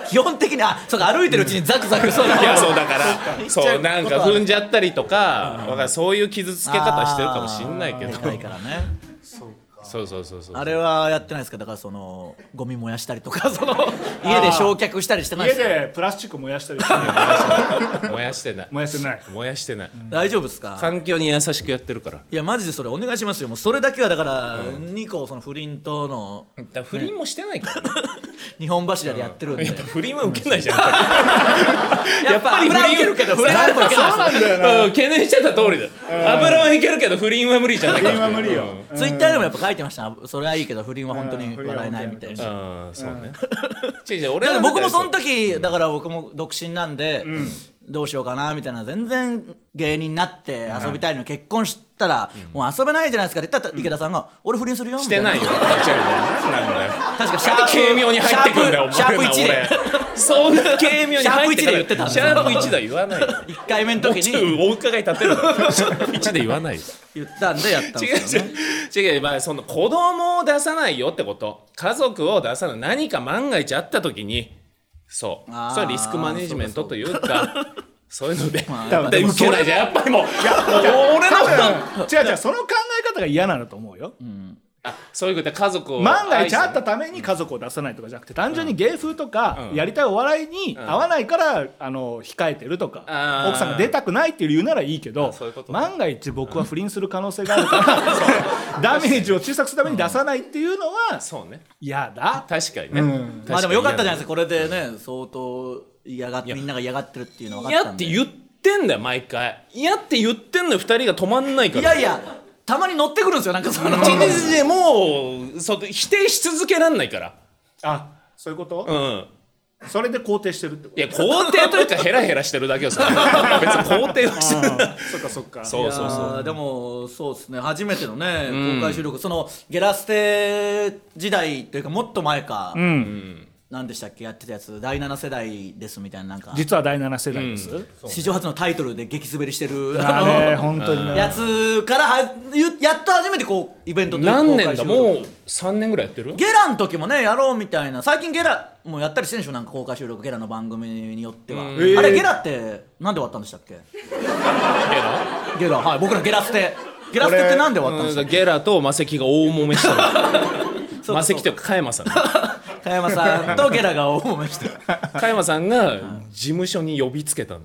Speaker 2: 基本的にあそうか歩いてるうちにザクザクそうだ
Speaker 3: いやそうだから
Speaker 2: っちゃ
Speaker 3: そう
Speaker 2: う
Speaker 3: なんか踏んじゃったりとかわかるそういう傷つけ方してるかもしんないけど
Speaker 2: あー痛いからね
Speaker 3: そうそうそうそう
Speaker 2: あれはやってないですかだからそのゴミ燃やしたり
Speaker 3: (laughs)
Speaker 2: とかその家で焼却したりしてない
Speaker 4: 家
Speaker 2: ですか
Speaker 4: でプラスチック燃やしたり
Speaker 3: (laughs) 燃やしてない
Speaker 4: 燃やしてない
Speaker 3: 燃やしてない
Speaker 2: 大丈夫ですか
Speaker 3: 環境に優しくやってるから
Speaker 2: いやマジでそれお願いしますよもうそれだけはだから2個その不倫との
Speaker 3: だから不倫もしてないから
Speaker 2: 日本柱でやってるんで
Speaker 3: やっぱ不倫は受けないじゃん。や
Speaker 2: やっぱり受けるけど、
Speaker 3: 不倫
Speaker 2: 油は受けない
Speaker 3: んだよな。うん懸念してた通りだ。油はいけるけど不倫は無理じゃないか。
Speaker 4: 不倫は無理よ
Speaker 2: ツイッターでもやっぱ書いてました。それはいいけど、不倫は本当に笑えないみたいな。
Speaker 3: うん、そうね。違う違う、俺
Speaker 2: だから
Speaker 3: は
Speaker 2: 僕もその時、だから僕も独身なんで、どうしようかなみたいな、全然芸人になって遊びたいのに結婚したら、もう遊べないじゃないですかって言ったら、池田さんが、俺不倫するよ
Speaker 3: し
Speaker 2: みた
Speaker 3: て
Speaker 2: い
Speaker 3: (laughs)
Speaker 2: な。
Speaker 3: ないよ。違う違うなんだよ。
Speaker 2: 確かシ
Speaker 3: シ
Speaker 2: ャ
Speaker 3: ャ
Speaker 2: ー
Speaker 3: ー
Speaker 2: プ
Speaker 3: プ軽妙に入ってくんだよ。
Speaker 2: シャープシャープ1
Speaker 3: で。そんな軽妙に入ってくる
Speaker 2: シャープ一で言ってたんだ
Speaker 3: シャープ一では言わないよ。
Speaker 2: で、1回目の時
Speaker 3: ちょっ
Speaker 2: に
Speaker 3: とお伺い立てるの。
Speaker 2: (laughs)
Speaker 3: シャープ一で言わないよ。
Speaker 2: 言ったんでやったん
Speaker 3: 違
Speaker 2: ですよね。
Speaker 3: う違う違う、まあ、その子供を出さないよってこと家族を出さない何か万が一あった時にそう
Speaker 2: あー
Speaker 3: それはリスクマネジメントというかそういうので、
Speaker 2: まあ
Speaker 3: だって
Speaker 4: でも
Speaker 3: 受けないじゃんやっぱりもう俺の
Speaker 4: 多分違う違うその考え方が嫌なんだと思うよ
Speaker 3: あそういうこと家族を
Speaker 4: 万が一あ
Speaker 3: 愛
Speaker 4: っ
Speaker 3: す
Speaker 4: たために家族を出さないとかじゃなくて単純に芸風とか
Speaker 3: うん
Speaker 4: やりたいお笑いに合わないからあの控えてるとか
Speaker 3: あー
Speaker 4: 奥さんが出たくないっていう理由ならいいけど
Speaker 3: そういうことね
Speaker 4: 万が一僕は不倫する可能性があ
Speaker 3: (laughs)
Speaker 4: るからダメージを小さくするために出さないっていうのは
Speaker 3: そうね
Speaker 4: 嫌だ
Speaker 3: 確かにね、
Speaker 4: ん
Speaker 2: まあでもよかったじゃない
Speaker 3: い
Speaker 2: ですか、これでね、相当嫌がっみんなが嫌がってるっていうのは分か
Speaker 3: 嫌
Speaker 2: った
Speaker 3: っ
Speaker 2: ん
Speaker 3: て
Speaker 2: で。
Speaker 3: 言ってんだよ毎回嫌って言ってんのよ二人が止まんないか
Speaker 2: い
Speaker 3: ら
Speaker 2: やいや、たまに乗ってくるんですよ、なんかその。
Speaker 3: 一日でもうそう否定し続けらんないから
Speaker 4: あそういうこと
Speaker 3: うん
Speaker 4: それで肯定してるってこ
Speaker 3: いや肯定というかヘラヘラしてるだけよさ (laughs) 別に肯定はしてない
Speaker 4: とそっかそっか
Speaker 3: そうそう
Speaker 2: い
Speaker 3: そ
Speaker 2: や
Speaker 3: う
Speaker 2: ーでもそうですね初めてのね、公開収録そのゲラステ時代というかもっと前か、
Speaker 4: うん
Speaker 2: 何でしたっけやってたやつ第7世代ですみたいななんか
Speaker 4: 実は第7世代です、
Speaker 2: 史上初のタイトルで激滑りしてる
Speaker 4: あ
Speaker 2: あの
Speaker 4: れ本当にね
Speaker 2: やつからはゆやっと初めてこうイベントというか
Speaker 3: 何年だ
Speaker 2: 公開収録
Speaker 3: もう3年ぐらいやってる
Speaker 2: ゲラの時もねやろうみたいな最近ゲラもやったりしてるんでしょなんか公開収録ゲラの番組によっては、
Speaker 4: ー
Speaker 2: あれゲラってなんで終わったんでしたっけゲラはい僕らゲラ捨てゲラ捨てってなんで終わったんです
Speaker 3: う
Speaker 2: か
Speaker 3: んゲラとマセキが大揉めした (laughs) の
Speaker 2: うか
Speaker 3: マセキというか加山さん
Speaker 2: 加山さんとゲラが大揉
Speaker 3: (laughs)
Speaker 2: めして
Speaker 3: 加山さんが事務所に呼びつけたの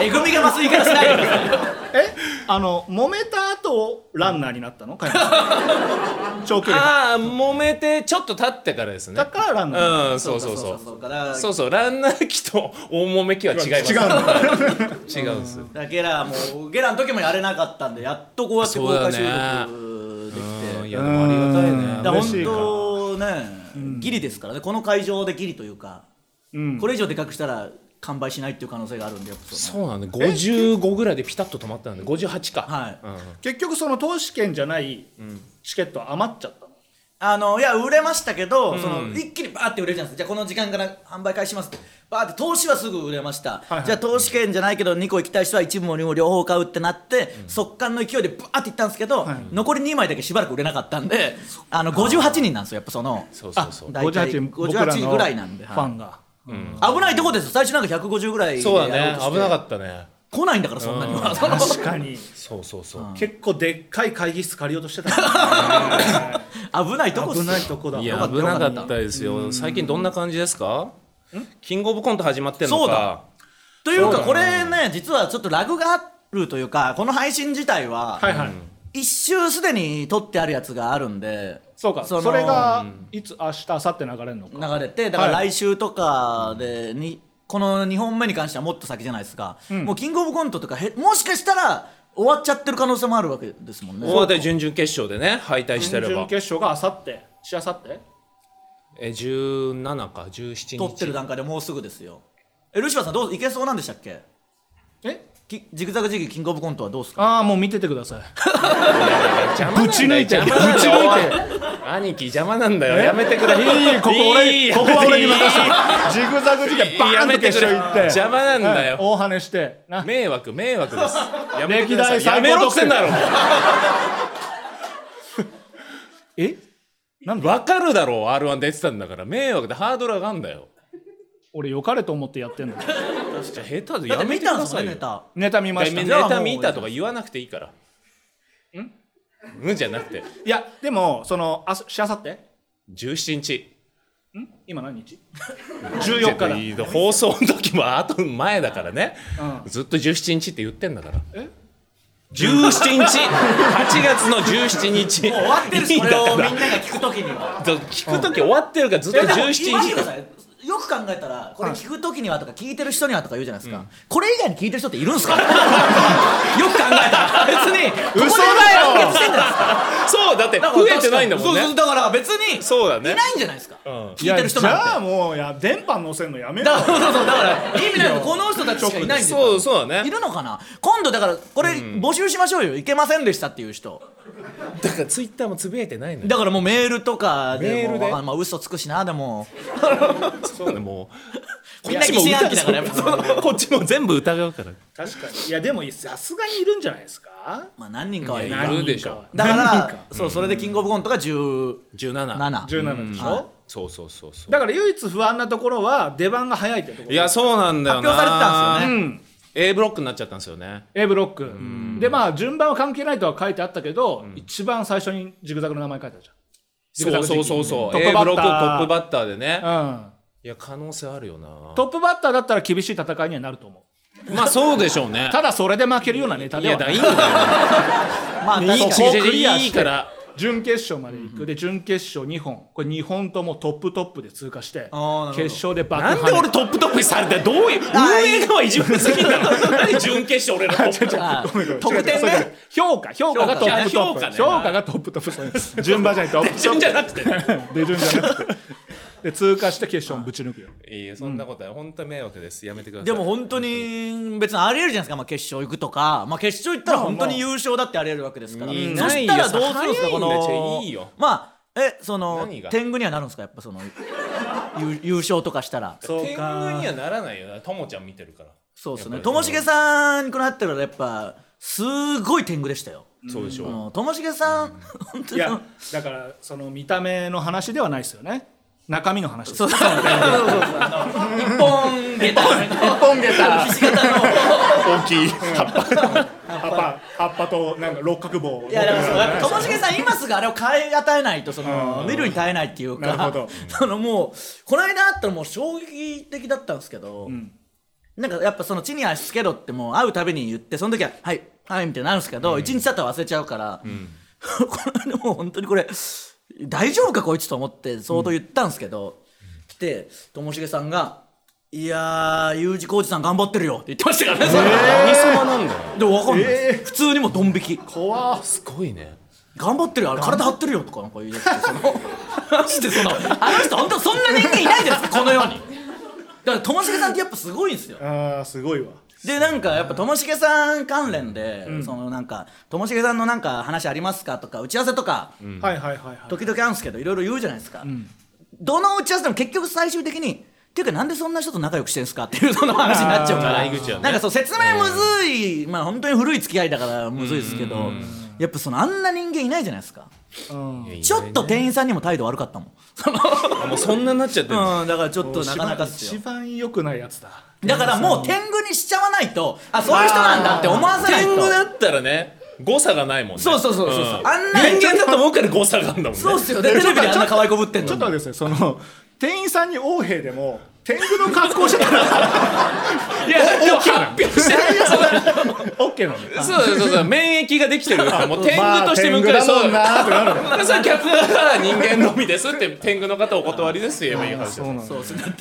Speaker 2: えぐみが増す言い方しないでください
Speaker 4: えあの揉めた後ランナーにな
Speaker 3: (laughs)
Speaker 4: ったの加山さん長距離
Speaker 3: ああ揉めてちょっと経ってからですね
Speaker 4: だからランナー
Speaker 3: うんそうそうそう
Speaker 2: そうかだから
Speaker 3: そうそうランナー機と大揉め機は違います
Speaker 1: 違うんだ
Speaker 3: 違うんですよ
Speaker 2: だからゲラもゲラの時もやれなかったんでやっとこうやって公開収録でき
Speaker 3: う
Speaker 2: て、
Speaker 3: んいやでもありがたいね
Speaker 2: だから
Speaker 4: うん嬉し
Speaker 2: 本
Speaker 4: いか
Speaker 2: 当ね、ギリですからねこの会場でギリというか、これ以上でかくしたら完売しないっていう可能性があるんでやっぱそう
Speaker 3: そうなんだ55ぐらいでピタッと止まったんで58か
Speaker 2: はい
Speaker 3: うん
Speaker 4: 結局その投資券じゃないチケット余っちゃったの
Speaker 2: あのいや売れましたけど、その一気にバーって売れるじゃないですかじゃあこの時間から販売開始しますってバーって投資はすぐ売れました、
Speaker 4: いはい
Speaker 2: じゃあ投資券じゃないけど2個行きたい人は1部も2も両方買うってなって、速乾の勢いでバーっていったんですけど、残り2枚だけしばらく売れなかったんであの58人なんですよやっぱその
Speaker 3: そうそうそう
Speaker 2: 大体
Speaker 4: 僕らの
Speaker 2: 58ぐらいなんで、はい
Speaker 4: ファンが
Speaker 2: 危ないとこですよ最初なんか150ぐらい
Speaker 3: そうだね危なか
Speaker 2: った
Speaker 3: ったね
Speaker 2: 来ないんだからそんなにはその
Speaker 4: 確かに
Speaker 3: そうそうそう
Speaker 4: 結構でっかい会議室借りようとしてたから
Speaker 2: (laughs)
Speaker 4: ね
Speaker 2: 危ないとこっす
Speaker 4: 危
Speaker 2: よ
Speaker 4: ないとこだ
Speaker 3: い
Speaker 4: よ
Speaker 3: や
Speaker 4: かっ
Speaker 3: 危なかったですよ最近どんな感じですかキングオブコント始まってん
Speaker 2: そ
Speaker 3: の
Speaker 2: うだ
Speaker 3: か
Speaker 2: というかこれね実はちょっとラグがあるというかこの配信自体は
Speaker 4: たはいはい
Speaker 2: 一周すでに撮ってあるやつがあるんで
Speaker 4: そうかそ
Speaker 2: の
Speaker 4: れがいつ明日明後日流れるのか
Speaker 2: 流れてだから
Speaker 4: は
Speaker 2: 来週とかでにこの2本目に関してはもっと先じゃないですかもうキングオブコントとかへもしかしたら終わっちゃってる可能性もあるわけですもんね
Speaker 3: 大当て準々決勝でね敗退して
Speaker 4: 準
Speaker 3: れ
Speaker 4: 々
Speaker 3: ば
Speaker 4: 決勝が明後日しあさって
Speaker 3: え17か17日
Speaker 2: 撮ってる段階でもうすぐですよえルシファーさんどういけそうなんでしたっけ
Speaker 4: え
Speaker 2: きジグザグジギーキングオブコントはどうですか
Speaker 4: ああもう見ててください
Speaker 3: 邪魔なんだよ
Speaker 4: ぶち抜いて
Speaker 3: 邪魔なんだよおい
Speaker 4: ぶち
Speaker 3: 兄貴邪魔なんだよやめてくれ
Speaker 4: いいここ俺
Speaker 3: いい
Speaker 4: ここは俺に任せ
Speaker 3: いい
Speaker 4: ジグザグ事件バ
Speaker 3: や
Speaker 4: ーン
Speaker 3: め
Speaker 4: と
Speaker 3: て
Speaker 4: 決
Speaker 3: くれ
Speaker 4: 勝行って
Speaker 3: 邪魔なんだ
Speaker 4: はい
Speaker 3: よ
Speaker 4: 大跳ねしてな
Speaker 3: 迷惑迷惑ですやめてく
Speaker 4: 歴
Speaker 3: ださ
Speaker 4: 代
Speaker 3: いや
Speaker 4: 最
Speaker 3: め
Speaker 4: 高
Speaker 3: ろっ
Speaker 4: 得
Speaker 3: つってん
Speaker 4: 点
Speaker 3: だ (laughs) ろ
Speaker 4: えなんで
Speaker 3: わかるだろう R1 出てたんだから迷惑でハードル上がんだよ
Speaker 4: 俺良かれと思ってやってんの
Speaker 3: じゃあ下手で
Speaker 2: だっ
Speaker 3: や
Speaker 2: て
Speaker 3: め
Speaker 2: 見
Speaker 3: てく
Speaker 2: たん
Speaker 3: だ
Speaker 2: です
Speaker 3: さ
Speaker 2: よ
Speaker 3: いよ
Speaker 2: ねネタ
Speaker 4: ネタ見ま
Speaker 3: ネ
Speaker 4: した
Speaker 2: じゃあもう
Speaker 3: タ見たとか言わなくていいからんじゃなくて
Speaker 4: いやでもそのあしあさって
Speaker 3: 17日
Speaker 4: ん今何
Speaker 3: (laughs)
Speaker 4: 日 ?14 日だ
Speaker 3: いや放送の時もあと前だからね、
Speaker 4: う
Speaker 3: ずっと17日って言ってんだから
Speaker 4: え
Speaker 3: 17日8月の17日
Speaker 2: 終わってる
Speaker 3: いい
Speaker 2: し
Speaker 3: ん
Speaker 2: こ
Speaker 3: だ
Speaker 2: れ
Speaker 3: か
Speaker 2: をみんな
Speaker 3: ら
Speaker 2: が聞くときには
Speaker 3: 聞く時終わってるからずっと
Speaker 2: でも
Speaker 3: 17
Speaker 2: 今見てくだ
Speaker 3: 日
Speaker 2: さいよく考えたらこれ聞くときにはとか聞いてる人にはとか言うじゃないですか、これ以外に聞いてる人っているん
Speaker 3: (laughs)
Speaker 2: ですかよく考えたら別に嘘
Speaker 3: 嘘だよそうだって増えてないんだもんね
Speaker 2: だから別に
Speaker 3: そうだね
Speaker 2: いないんじゃないですか、聞いてる人
Speaker 4: いや
Speaker 2: なんて
Speaker 4: じゃあもうや電波乗せんのやめろ
Speaker 2: だからそうそうだから意味ないのこの人たちしかいないんです
Speaker 3: そうそうだ
Speaker 2: い
Speaker 3: ね
Speaker 2: るのかな今度だからこれ募集しましょうよ、いけませんでしたっていう人
Speaker 3: だからツイッターもつぶやいてないのよ
Speaker 2: だからもうメールとかでも
Speaker 3: メールで
Speaker 2: あまあ嘘つくしなでも
Speaker 3: そうだねもう
Speaker 2: みんな疑心暗鬼だからやっぱそ
Speaker 3: こっちも全部疑うから
Speaker 4: 確かにいやでもさすがにいるんじゃないですか
Speaker 2: まあ何人かはいる
Speaker 3: いやいるでしょ
Speaker 2: だか
Speaker 4: 何人
Speaker 2: らそうそれでキングオブコントが17
Speaker 3: 17
Speaker 4: 17でしょ、
Speaker 2: はい
Speaker 3: そうそうそうそう
Speaker 4: だから唯一不安なところは出番が早いってところ
Speaker 3: いやそうなんだよな
Speaker 2: 発表されてたんですよ
Speaker 4: う
Speaker 2: ね
Speaker 4: ん
Speaker 3: A ブロックになっちゃったんですよね
Speaker 4: A ブロックでまあ順番は関係ないとは書いてあったけど、一番最初にジグザグの名前書いてあるじ
Speaker 3: そうそうそうそう
Speaker 4: トッ
Speaker 3: A
Speaker 4: プ
Speaker 3: ブ
Speaker 4: バッター
Speaker 3: ロックトップバッターでね
Speaker 4: ゃん、うん、
Speaker 3: いや可能性あるよな
Speaker 4: トップバッターだったら厳しい戦いにはなると思う
Speaker 3: まあそうでしょうね
Speaker 4: ただそれで負けるようなネタ
Speaker 3: い
Speaker 4: で
Speaker 3: や
Speaker 4: は
Speaker 3: だか
Speaker 4: な
Speaker 3: ら
Speaker 4: い
Speaker 3: いいんだよい
Speaker 2: まあ
Speaker 3: い
Speaker 2: 確か
Speaker 4: こ
Speaker 2: に
Speaker 4: うクリアして
Speaker 3: いいから
Speaker 4: 準決勝まで行く、で準決勝2本これ2本ともトップトップで通過して
Speaker 2: あーなるほど
Speaker 4: 決勝で爆破
Speaker 3: なんで
Speaker 4: (laughs)
Speaker 3: 俺トップトップにされてどういう運営側いじめすぎん (laughs) だろ何準決勝俺らト (laughs) ップ
Speaker 2: あー得
Speaker 4: 違う違う
Speaker 2: 点
Speaker 4: それじゃない
Speaker 2: ね
Speaker 4: 評価評価がトップト
Speaker 3: 評価ね
Speaker 4: ップ評価がトップトップ順番じゃないトップ
Speaker 3: (laughs)
Speaker 4: ト
Speaker 3: 順じゃなくて
Speaker 4: ッ (laughs) プで順じゃなくてで通過して決勝をぶち抜くよ
Speaker 3: いやそんなことは本当に迷惑ですやめてください
Speaker 2: でも本当に別にありえるじゃないですか、まあ、決勝行くとか、まあ、決勝行ったら本当に優勝だってありえるわけですから、
Speaker 3: まあまあ
Speaker 2: そしたらどうするんですかこ
Speaker 3: いないよ
Speaker 2: の
Speaker 3: いいよ
Speaker 2: まあえその
Speaker 3: 何が
Speaker 2: 天狗にはなるんですかやっぱその優優勝とかしたら
Speaker 4: そう
Speaker 3: 天狗にはならないよなともちゃん見てるから
Speaker 2: (laughs) そうです
Speaker 3: や
Speaker 2: ね
Speaker 3: っぱ
Speaker 2: と
Speaker 3: り
Speaker 2: もしげさんにこのなってるからやっぱすごい天狗でしたよ
Speaker 3: そうでしょ
Speaker 2: あのともしげさん、本当に
Speaker 4: いやだからその見た目の話ではないですよね中身の話です
Speaker 2: そうそうそう
Speaker 3: 一本下駄
Speaker 1: 本下駄
Speaker 5: 大きい葉っぱ
Speaker 4: 葉っぱ葉っぱとなんか六角棒
Speaker 2: いやだ (laughs) からそのやっぱともしげさん今すぐあれを買い与えないとその見るに耐えないっていう
Speaker 4: なるほ
Speaker 2: か
Speaker 4: ど
Speaker 2: そのもうこの間あったのもう衝撃的だったんですけど、なんかやっぱその地に足つけろってもう会うたびに言ってその時は「はいはい」みたいになるんですけど一、日経ったら忘れちゃうから、この間もう本当にこれ大丈夫かこいつと思って相当言ったんですけど、来てともしげさんが「いやー U 字工事さん頑張ってるよ」って言ってましたからね、それ
Speaker 3: 何
Speaker 2: (laughs)
Speaker 3: 様なんだよ
Speaker 2: でも分かんないです、普通にもうドン引き
Speaker 3: すごいね
Speaker 2: 頑張ってるよあれ体張ってるよとかなんか言い出してそ (laughs) のマジでそのあの人本当そんな人間いないじゃないですかこの世にだからともしげさんってやっぱすごいんですよ
Speaker 4: あーすごいわ
Speaker 2: でなんかやっぱともしげさん関連で、そのなんかともしげさんのなんか話ありますかとか打ち合わせとか
Speaker 4: はいはいはいはい
Speaker 2: 時々あるんですけどいろいろ言うじゃないですか、どの打ち合わせでも結局最終的にっていうかなんでそんな人と仲良くしてんすかっていうその話になっちゃうか
Speaker 3: あ
Speaker 2: ら、
Speaker 3: ー口はね
Speaker 2: なんかそう説明むずい、まあ本当に古い付き合いだからむずいですけど、やっぱそのあんな人間いないじゃないですかちょっと店員さんにも態度悪かったもんその
Speaker 3: あもうそんなになっちゃってる
Speaker 2: うんだからちょっとなかなかっす
Speaker 4: 一
Speaker 2: よ
Speaker 4: 番良くないやつだ
Speaker 2: だからもう天狗にしちゃわないとあそういう人なんだって思わせないと
Speaker 3: 天狗だったらね誤差がないもんね
Speaker 2: そうそうそうそうそうんあんな
Speaker 3: 人間だと思うから誤差があるんだもんね
Speaker 2: そうっすよねテレビであんな可愛い子ぶってん
Speaker 4: ち
Speaker 2: の
Speaker 4: ょっ
Speaker 2: に
Speaker 4: とあれですねその店員さんに横兵でも天狗の格好してた
Speaker 2: (laughs)
Speaker 4: らいやでも
Speaker 3: 発表してないやつ
Speaker 4: オッケーなんで
Speaker 3: そうそうそうそう免疫ができ (laughs) てるからもう天狗として迎
Speaker 5: ま
Speaker 3: え、
Speaker 5: あ天狗だ
Speaker 3: そ
Speaker 5: も
Speaker 3: うん
Speaker 5: なーってなる
Speaker 3: だからそれは客は人間のみですって天狗の方お断りですよ言えばいい話だ
Speaker 4: なん
Speaker 2: そうっすだっ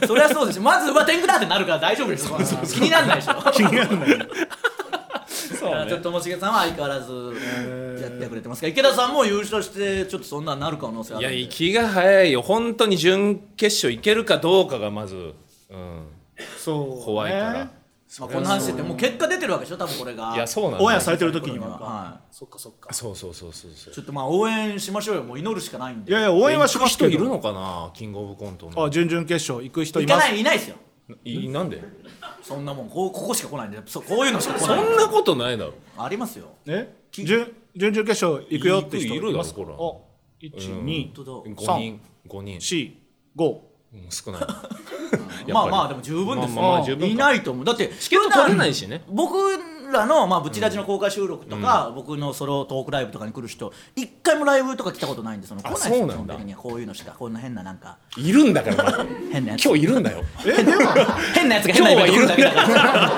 Speaker 2: てそれはそうですまずは天狗だってなるから大丈夫ですよ気にならないでしょ
Speaker 4: 気になるもん
Speaker 3: そう
Speaker 2: だからちょっ
Speaker 3: ね
Speaker 2: とともしげさんは相変わらずやってくれてますけど池田さんも優勝してちょっとそんなんなる可能性あ
Speaker 3: いや
Speaker 2: るんで
Speaker 3: 気が早いよ本当に準決勝いけるかどうかがまず、うん、
Speaker 4: そう
Speaker 3: 怖いから
Speaker 4: ね、
Speaker 2: まあこんな話ってもう結果出てるわけでしょ多分これが
Speaker 3: いやそうなんだよ
Speaker 4: オンエアされてる時には
Speaker 2: は
Speaker 4: そっかそっか
Speaker 3: そうそうそうそうそう
Speaker 2: いちょっとまあ応援しましょうよもう祈るしかないん
Speaker 4: い
Speaker 2: で
Speaker 4: やいや応援はします
Speaker 3: 人
Speaker 4: け
Speaker 3: いる
Speaker 4: ど
Speaker 3: のかなキングオブコントの
Speaker 4: あ準々決勝行く人い
Speaker 2: 行か
Speaker 4: ま
Speaker 2: な
Speaker 4: す
Speaker 2: いいないですよ
Speaker 3: いなんで
Speaker 2: そんなもんこうここしか来ないんでそうこういうのしか来
Speaker 3: そ
Speaker 2: ない
Speaker 3: んなことないだろ
Speaker 2: ありますよ
Speaker 4: え準準々決勝行くよって人
Speaker 3: いるいるだろ
Speaker 4: ますか
Speaker 3: こら
Speaker 4: あ一二
Speaker 2: 本当だ
Speaker 3: 5人5人
Speaker 4: 四五
Speaker 3: うん少ないやっぱり
Speaker 2: まあまあでも十分ですよ、
Speaker 3: まあまあまあ十分か
Speaker 2: いないと思うだって
Speaker 3: チケット取れないしね
Speaker 2: 僕らの、まあ、ブチラジの公開収録とか、僕のソロトークライブとかに来る人一回もライブとか来たことないんでその来ないですよ
Speaker 3: そう
Speaker 2: 基
Speaker 3: なん
Speaker 2: 本
Speaker 3: だ
Speaker 2: 的にはこういうのしかこんな変ななんか
Speaker 3: いるんだからまだ
Speaker 2: 変なやつ
Speaker 3: 今日いるんだよ
Speaker 4: えでも
Speaker 2: 変なやつが変なイベント来るだけだから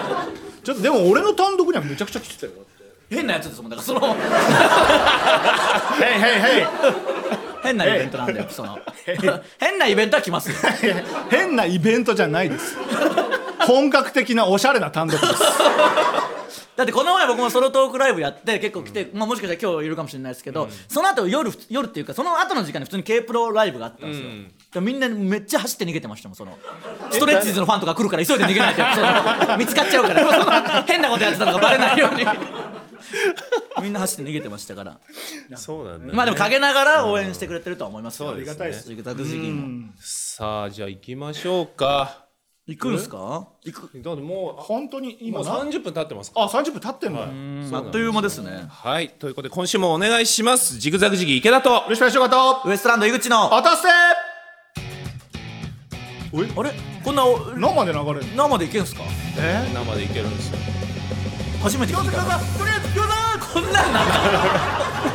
Speaker 4: ちょっとでも俺の単独にはめちゃくちゃ来てたよ
Speaker 2: 変なやつですもんだからその
Speaker 5: ヘイヘイヘイ
Speaker 2: 変なイベントなん
Speaker 3: (laughs)
Speaker 2: だよその (laughs) 変なイベントは来ますよ
Speaker 5: 変なイベントじゃない
Speaker 3: (laughs)
Speaker 5: です
Speaker 4: 本格的なおしゃれな単独です
Speaker 2: だってこの前僕もソロトークライブやって結構来て、まあ、もしかしたら今日いるかもしれないですけど、その後夜夜っていうかその後の時間に普通に k プロライブがあったんですよ、でみんなめっちゃ走って逃げてましたもんそのストレッチーズのファンとか来るから急いで逃げないとその見つかっちゃう (laughs) から変なことやってたのがバレない (laughs) ようにみんな走って逃げてましたから
Speaker 3: そうなんだね
Speaker 2: まあでも陰ながら応援してくれてるとは思いますよ、
Speaker 3: そうですねありが
Speaker 2: ジグザグジギーも
Speaker 3: さあじゃあ行きましょうか
Speaker 2: 行くんすか行く
Speaker 3: だってもう
Speaker 4: 本当に
Speaker 3: あも
Speaker 4: 今
Speaker 3: う
Speaker 4: な
Speaker 3: 30分経ってますか
Speaker 4: あ三十分経ってんのよ
Speaker 2: うんあっという間ですね
Speaker 3: はいということで今週もお願いしますジグザグジギー池田と
Speaker 4: ろしくお願いしますよか
Speaker 2: ウエストランド井口の
Speaker 4: った
Speaker 2: あ
Speaker 4: あたせ
Speaker 2: れこんなお
Speaker 4: 生で流れるの
Speaker 2: 生でいけんすか
Speaker 4: え
Speaker 3: 生でいけるんですよ
Speaker 2: 初めて聞いたとりあえず餃子こんなんなん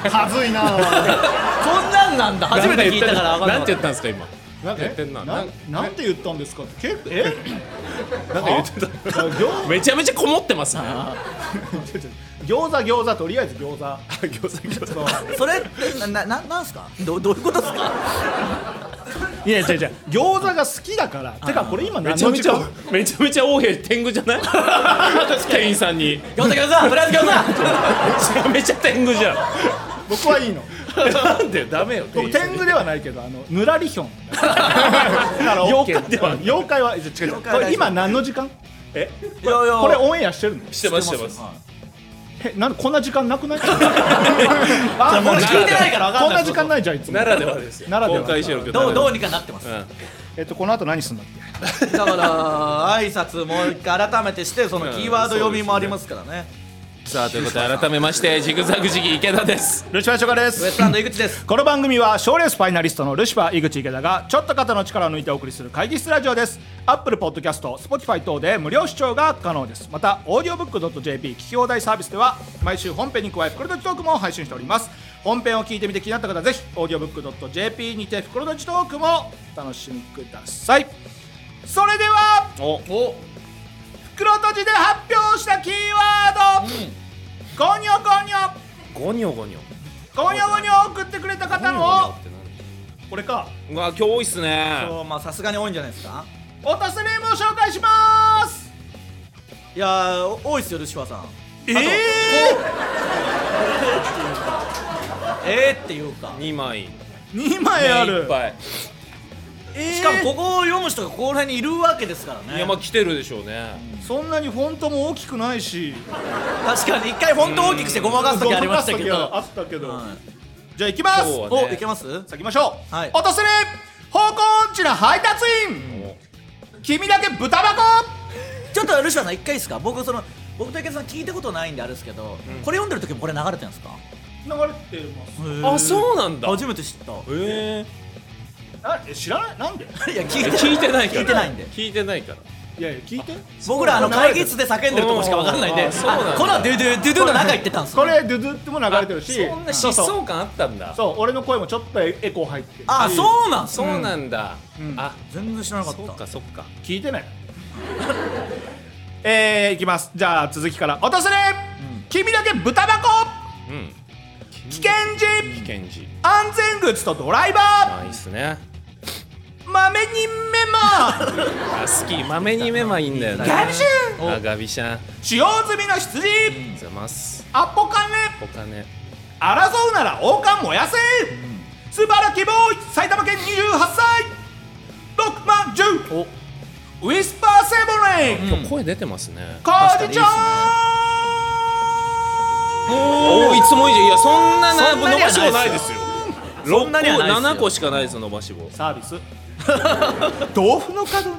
Speaker 2: だ
Speaker 5: はずいな
Speaker 2: こんなんなんだ初めて聞いたから分かんな
Speaker 3: な
Speaker 2: か
Speaker 3: ん
Speaker 2: って
Speaker 3: 言っ
Speaker 2: た
Speaker 3: たんですか今なんか言ってんなな
Speaker 4: なんん
Speaker 3: か
Speaker 4: なんて言ったんですかって結構え
Speaker 3: 言ってた
Speaker 4: 餃
Speaker 3: めちゃめちゃこもってますね
Speaker 4: 餃子餃子とりあえず餃子餃子餃子
Speaker 2: それってななななんすかどどういうことですか
Speaker 4: いや違う違う餃子が好きだからてかこれ今
Speaker 3: め
Speaker 4: 何
Speaker 3: ちゃ
Speaker 4: の
Speaker 3: め
Speaker 4: 時
Speaker 3: ちゃ
Speaker 4: 間
Speaker 3: めちゃめちゃ王兵天狗じゃ (laughs) ない店員さんに
Speaker 2: 餃子餃子とりあえず餃
Speaker 3: めちゃめちゃ天狗じゃん
Speaker 4: 僕はいいの
Speaker 3: なんでダメよ
Speaker 4: 僕天狗ではないけどあのぬらりひ (laughs) ょんだから
Speaker 3: 妖怪では
Speaker 4: 妖怪は違う違う
Speaker 2: 怪
Speaker 4: こ
Speaker 2: は
Speaker 4: れ今何の時間
Speaker 3: え
Speaker 2: 子いやいや
Speaker 4: これオンエアしてるの
Speaker 3: してますしてます
Speaker 2: は
Speaker 4: へなんでこんな時間な (laughs) くない
Speaker 6: あ
Speaker 2: もう聞いてないから分か
Speaker 4: こ
Speaker 2: ん
Speaker 4: ん
Speaker 2: な
Speaker 4: ない時間ないじゃんいつも
Speaker 3: ならではですよ
Speaker 4: ならでは
Speaker 3: 公開収録
Speaker 2: どうどう
Speaker 3: に
Speaker 2: にかなってます
Speaker 4: えっとこの後何すんだっけ
Speaker 2: だから挨拶もう一回改めてしてそのキーワード読みもありますからね
Speaker 3: さあということで改めましてジグザグジギー池田です
Speaker 4: ルシファーショカで
Speaker 2: ウエス
Speaker 4: す
Speaker 2: トランド井口です
Speaker 4: この番組は賞レースファイナリストのルシファー井口池田がちょっと肩の力を抜いてお送りする会議室ラジオですアップルポッドキャスト Spotify 等で無料視聴が可能ですまた audiobook.jp 聞き放題サービスでは毎週本編に加え袋とじトークも配信しております本編を聞いてみて気になった方はぜひ audiobook.jp にて袋とじトークもお楽しみくださいそれでは
Speaker 3: おお
Speaker 4: 袋とじで発表したキーワード、ゴニョゴニョ
Speaker 3: ゴニョゴニョ
Speaker 4: ゴニョゴニョを送ってくれた方のこれか
Speaker 3: うわ今日多いっすね
Speaker 2: そうまあさすがに多いんじゃないですか
Speaker 4: オタスネームを紹介します
Speaker 2: いやーお多いっすよルシファーさん
Speaker 4: え
Speaker 2: えーっていうか
Speaker 3: 2枚
Speaker 4: えー、2枚あ
Speaker 3: いっ
Speaker 4: る
Speaker 3: ぱい
Speaker 2: しかもここを読む人がここら辺にいるわけですから
Speaker 3: い
Speaker 2: ね
Speaker 3: やまあ来てるでしょうね
Speaker 4: そんなにフォントも大きくないし
Speaker 2: 確かに一回本当大きくしてごまかす時ありましたけど
Speaker 4: ごまかす時はあったけど、
Speaker 2: はい
Speaker 4: じゃあ行きます、
Speaker 3: 今日は
Speaker 2: お
Speaker 3: ね
Speaker 2: いけます
Speaker 4: さあ行きましょう、
Speaker 2: はい
Speaker 4: オタスネ方向音痴な配達員君だけ豚箱
Speaker 2: ちょっとルシファーさん一回いいですか僕その僕と池田さん聞いたことないんであれですけどこれ読んでる時もこれ流れてるんですか
Speaker 4: 流れてます
Speaker 3: あそうなんだ
Speaker 2: 初めて知った
Speaker 3: へえ
Speaker 4: あえ知らないなんで
Speaker 2: いや聞いて
Speaker 3: 聞いてないから
Speaker 2: 聞いてないんで
Speaker 3: 聞いてないから
Speaker 4: いやいや聞いて
Speaker 2: 僕らあの会議室で叫んでるとこしかわかんないん
Speaker 3: う
Speaker 2: で
Speaker 3: んあそうなんだ
Speaker 2: あこのドゥドゥドゥドゥの中行ってたんです
Speaker 4: こ
Speaker 2: よ
Speaker 4: れドゥドゥっても流れてるし
Speaker 3: そんな疾
Speaker 4: そうそう
Speaker 3: 走感あったんだ
Speaker 4: そう俺の声もちょっとエコー入ってる
Speaker 2: あそうなんす
Speaker 3: そ
Speaker 2: ね
Speaker 3: うなんだあ
Speaker 2: 全然知らなかっ
Speaker 3: そっかそっか
Speaker 4: 聞いてない (laughs) えー、いきますじゃあ続きから「おとすれ、君だけ豚箱
Speaker 3: うん
Speaker 4: 危険
Speaker 3: 危
Speaker 4: 時
Speaker 3: 険時
Speaker 4: 安全靴とドライバ
Speaker 3: あいいっすね
Speaker 4: ー豆にメモ
Speaker 3: (laughs) あ好きまめにメマいいんだよね
Speaker 4: ガビシュ
Speaker 3: あガビシャンありがと
Speaker 4: 使用済みの羊、
Speaker 3: うございます
Speaker 4: アポカネ
Speaker 3: お金
Speaker 4: 争うなら王冠燃やせ、素晴らきボーイ埼玉県28歳6万10ウィスパーセブンレイン
Speaker 3: 今日声出てますね
Speaker 4: 工事長
Speaker 3: おおいつも以上いやそんなな
Speaker 2: そんな
Speaker 3: 伸
Speaker 2: には
Speaker 3: ばし棒
Speaker 2: な
Speaker 3: ないい
Speaker 2: で
Speaker 3: ですよ
Speaker 2: そんなにはないですよ
Speaker 3: 7個しかないですよ伸ばし棒
Speaker 4: サービス豆腐の角に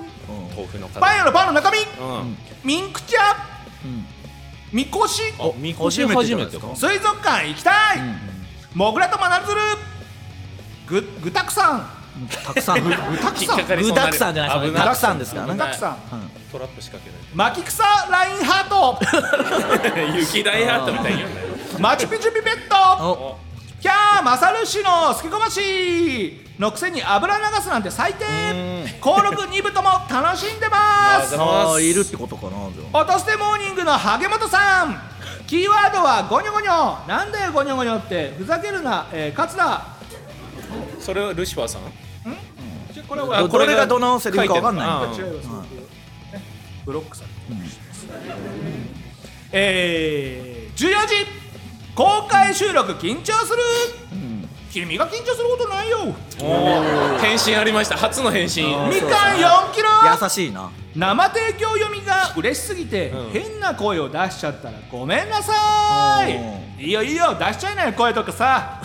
Speaker 3: 豆腐の形
Speaker 4: パンよりパンの中身
Speaker 3: うん
Speaker 4: ミンクチャみこし
Speaker 3: あみこし
Speaker 2: 初めてじ
Speaker 3: 初
Speaker 2: ゃな
Speaker 3: め
Speaker 2: いで
Speaker 3: て
Speaker 2: す
Speaker 3: か
Speaker 2: か
Speaker 4: 水族館行きたいモグラとマナルズルぐぐたくさん
Speaker 2: たたく (laughs) さん具
Speaker 4: たく
Speaker 3: 引っ
Speaker 4: さん
Speaker 3: かかりそうに
Speaker 2: だくさんじゃないです
Speaker 3: 危
Speaker 2: かた
Speaker 3: な
Speaker 2: くさんですから
Speaker 4: 具
Speaker 2: ね
Speaker 4: だくさん
Speaker 3: トラップ仕掛け
Speaker 4: 巻き草ラインハー
Speaker 2: (laughs)
Speaker 3: ない雪ダイハートみたいに言うね
Speaker 4: トマチュピチュピペット
Speaker 2: お
Speaker 4: キャーマサル市のすきこばしのくせに油流すなんて最低登録2部とも楽しんでます
Speaker 2: あーいるってことかなじゃ
Speaker 4: 落としてモーニングの萩本さんキーワードはゴニョゴニョなんだよゴニョゴニョってふざけるな、えー、勝田
Speaker 3: (laughs) それはルシファーさん
Speaker 4: ちょこれ
Speaker 2: あ
Speaker 4: は
Speaker 2: どれがどのセリフかわかんない
Speaker 3: 書て
Speaker 4: 違
Speaker 3: る
Speaker 4: います、ねブロックされてます、えー、14時公開収録緊張する、君が緊張することないよ
Speaker 3: おー返信ありました初の返信
Speaker 4: みかん4キロ
Speaker 2: あ優しいな
Speaker 4: 生提供読みが嬉しすぎて、
Speaker 3: うん
Speaker 4: 変な声を出しちゃったらごめんなさ
Speaker 2: お
Speaker 4: いいいよいいよ出しちゃいなよ声とかさ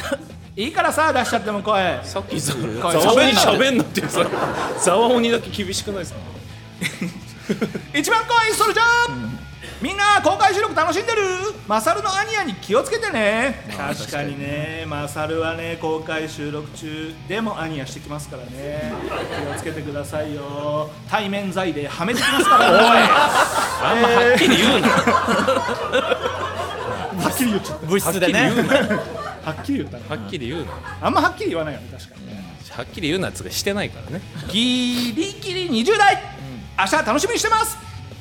Speaker 4: いいからさ出しちゃっても声
Speaker 3: さっきざ
Speaker 4: こ
Speaker 3: わ
Speaker 4: れ
Speaker 3: ざわにしゃ
Speaker 4: 喋んな
Speaker 3: べんなってさ (laughs) ざわおにだけ厳しくないですか
Speaker 4: 一番怖いソルジャー、みんな公開収録楽しんでるマサルのアニヤに気をつけてね確かにねマサルはね公開収録中でもアニヤしてきますからね気をつけてくださいよ対面罪ではめてきます (laughs) から
Speaker 3: あんまはっきり言うなは
Speaker 4: お (laughs) いはっきり言っちゃっ
Speaker 2: 物質でね (laughs)
Speaker 4: たはっきり言ったね
Speaker 3: たはっきり言うな
Speaker 4: あんまはっきり言わないよね確かにね
Speaker 3: はっきり言うなっつうかしてないからね
Speaker 4: ギリギリ20代、明日楽しみにしてます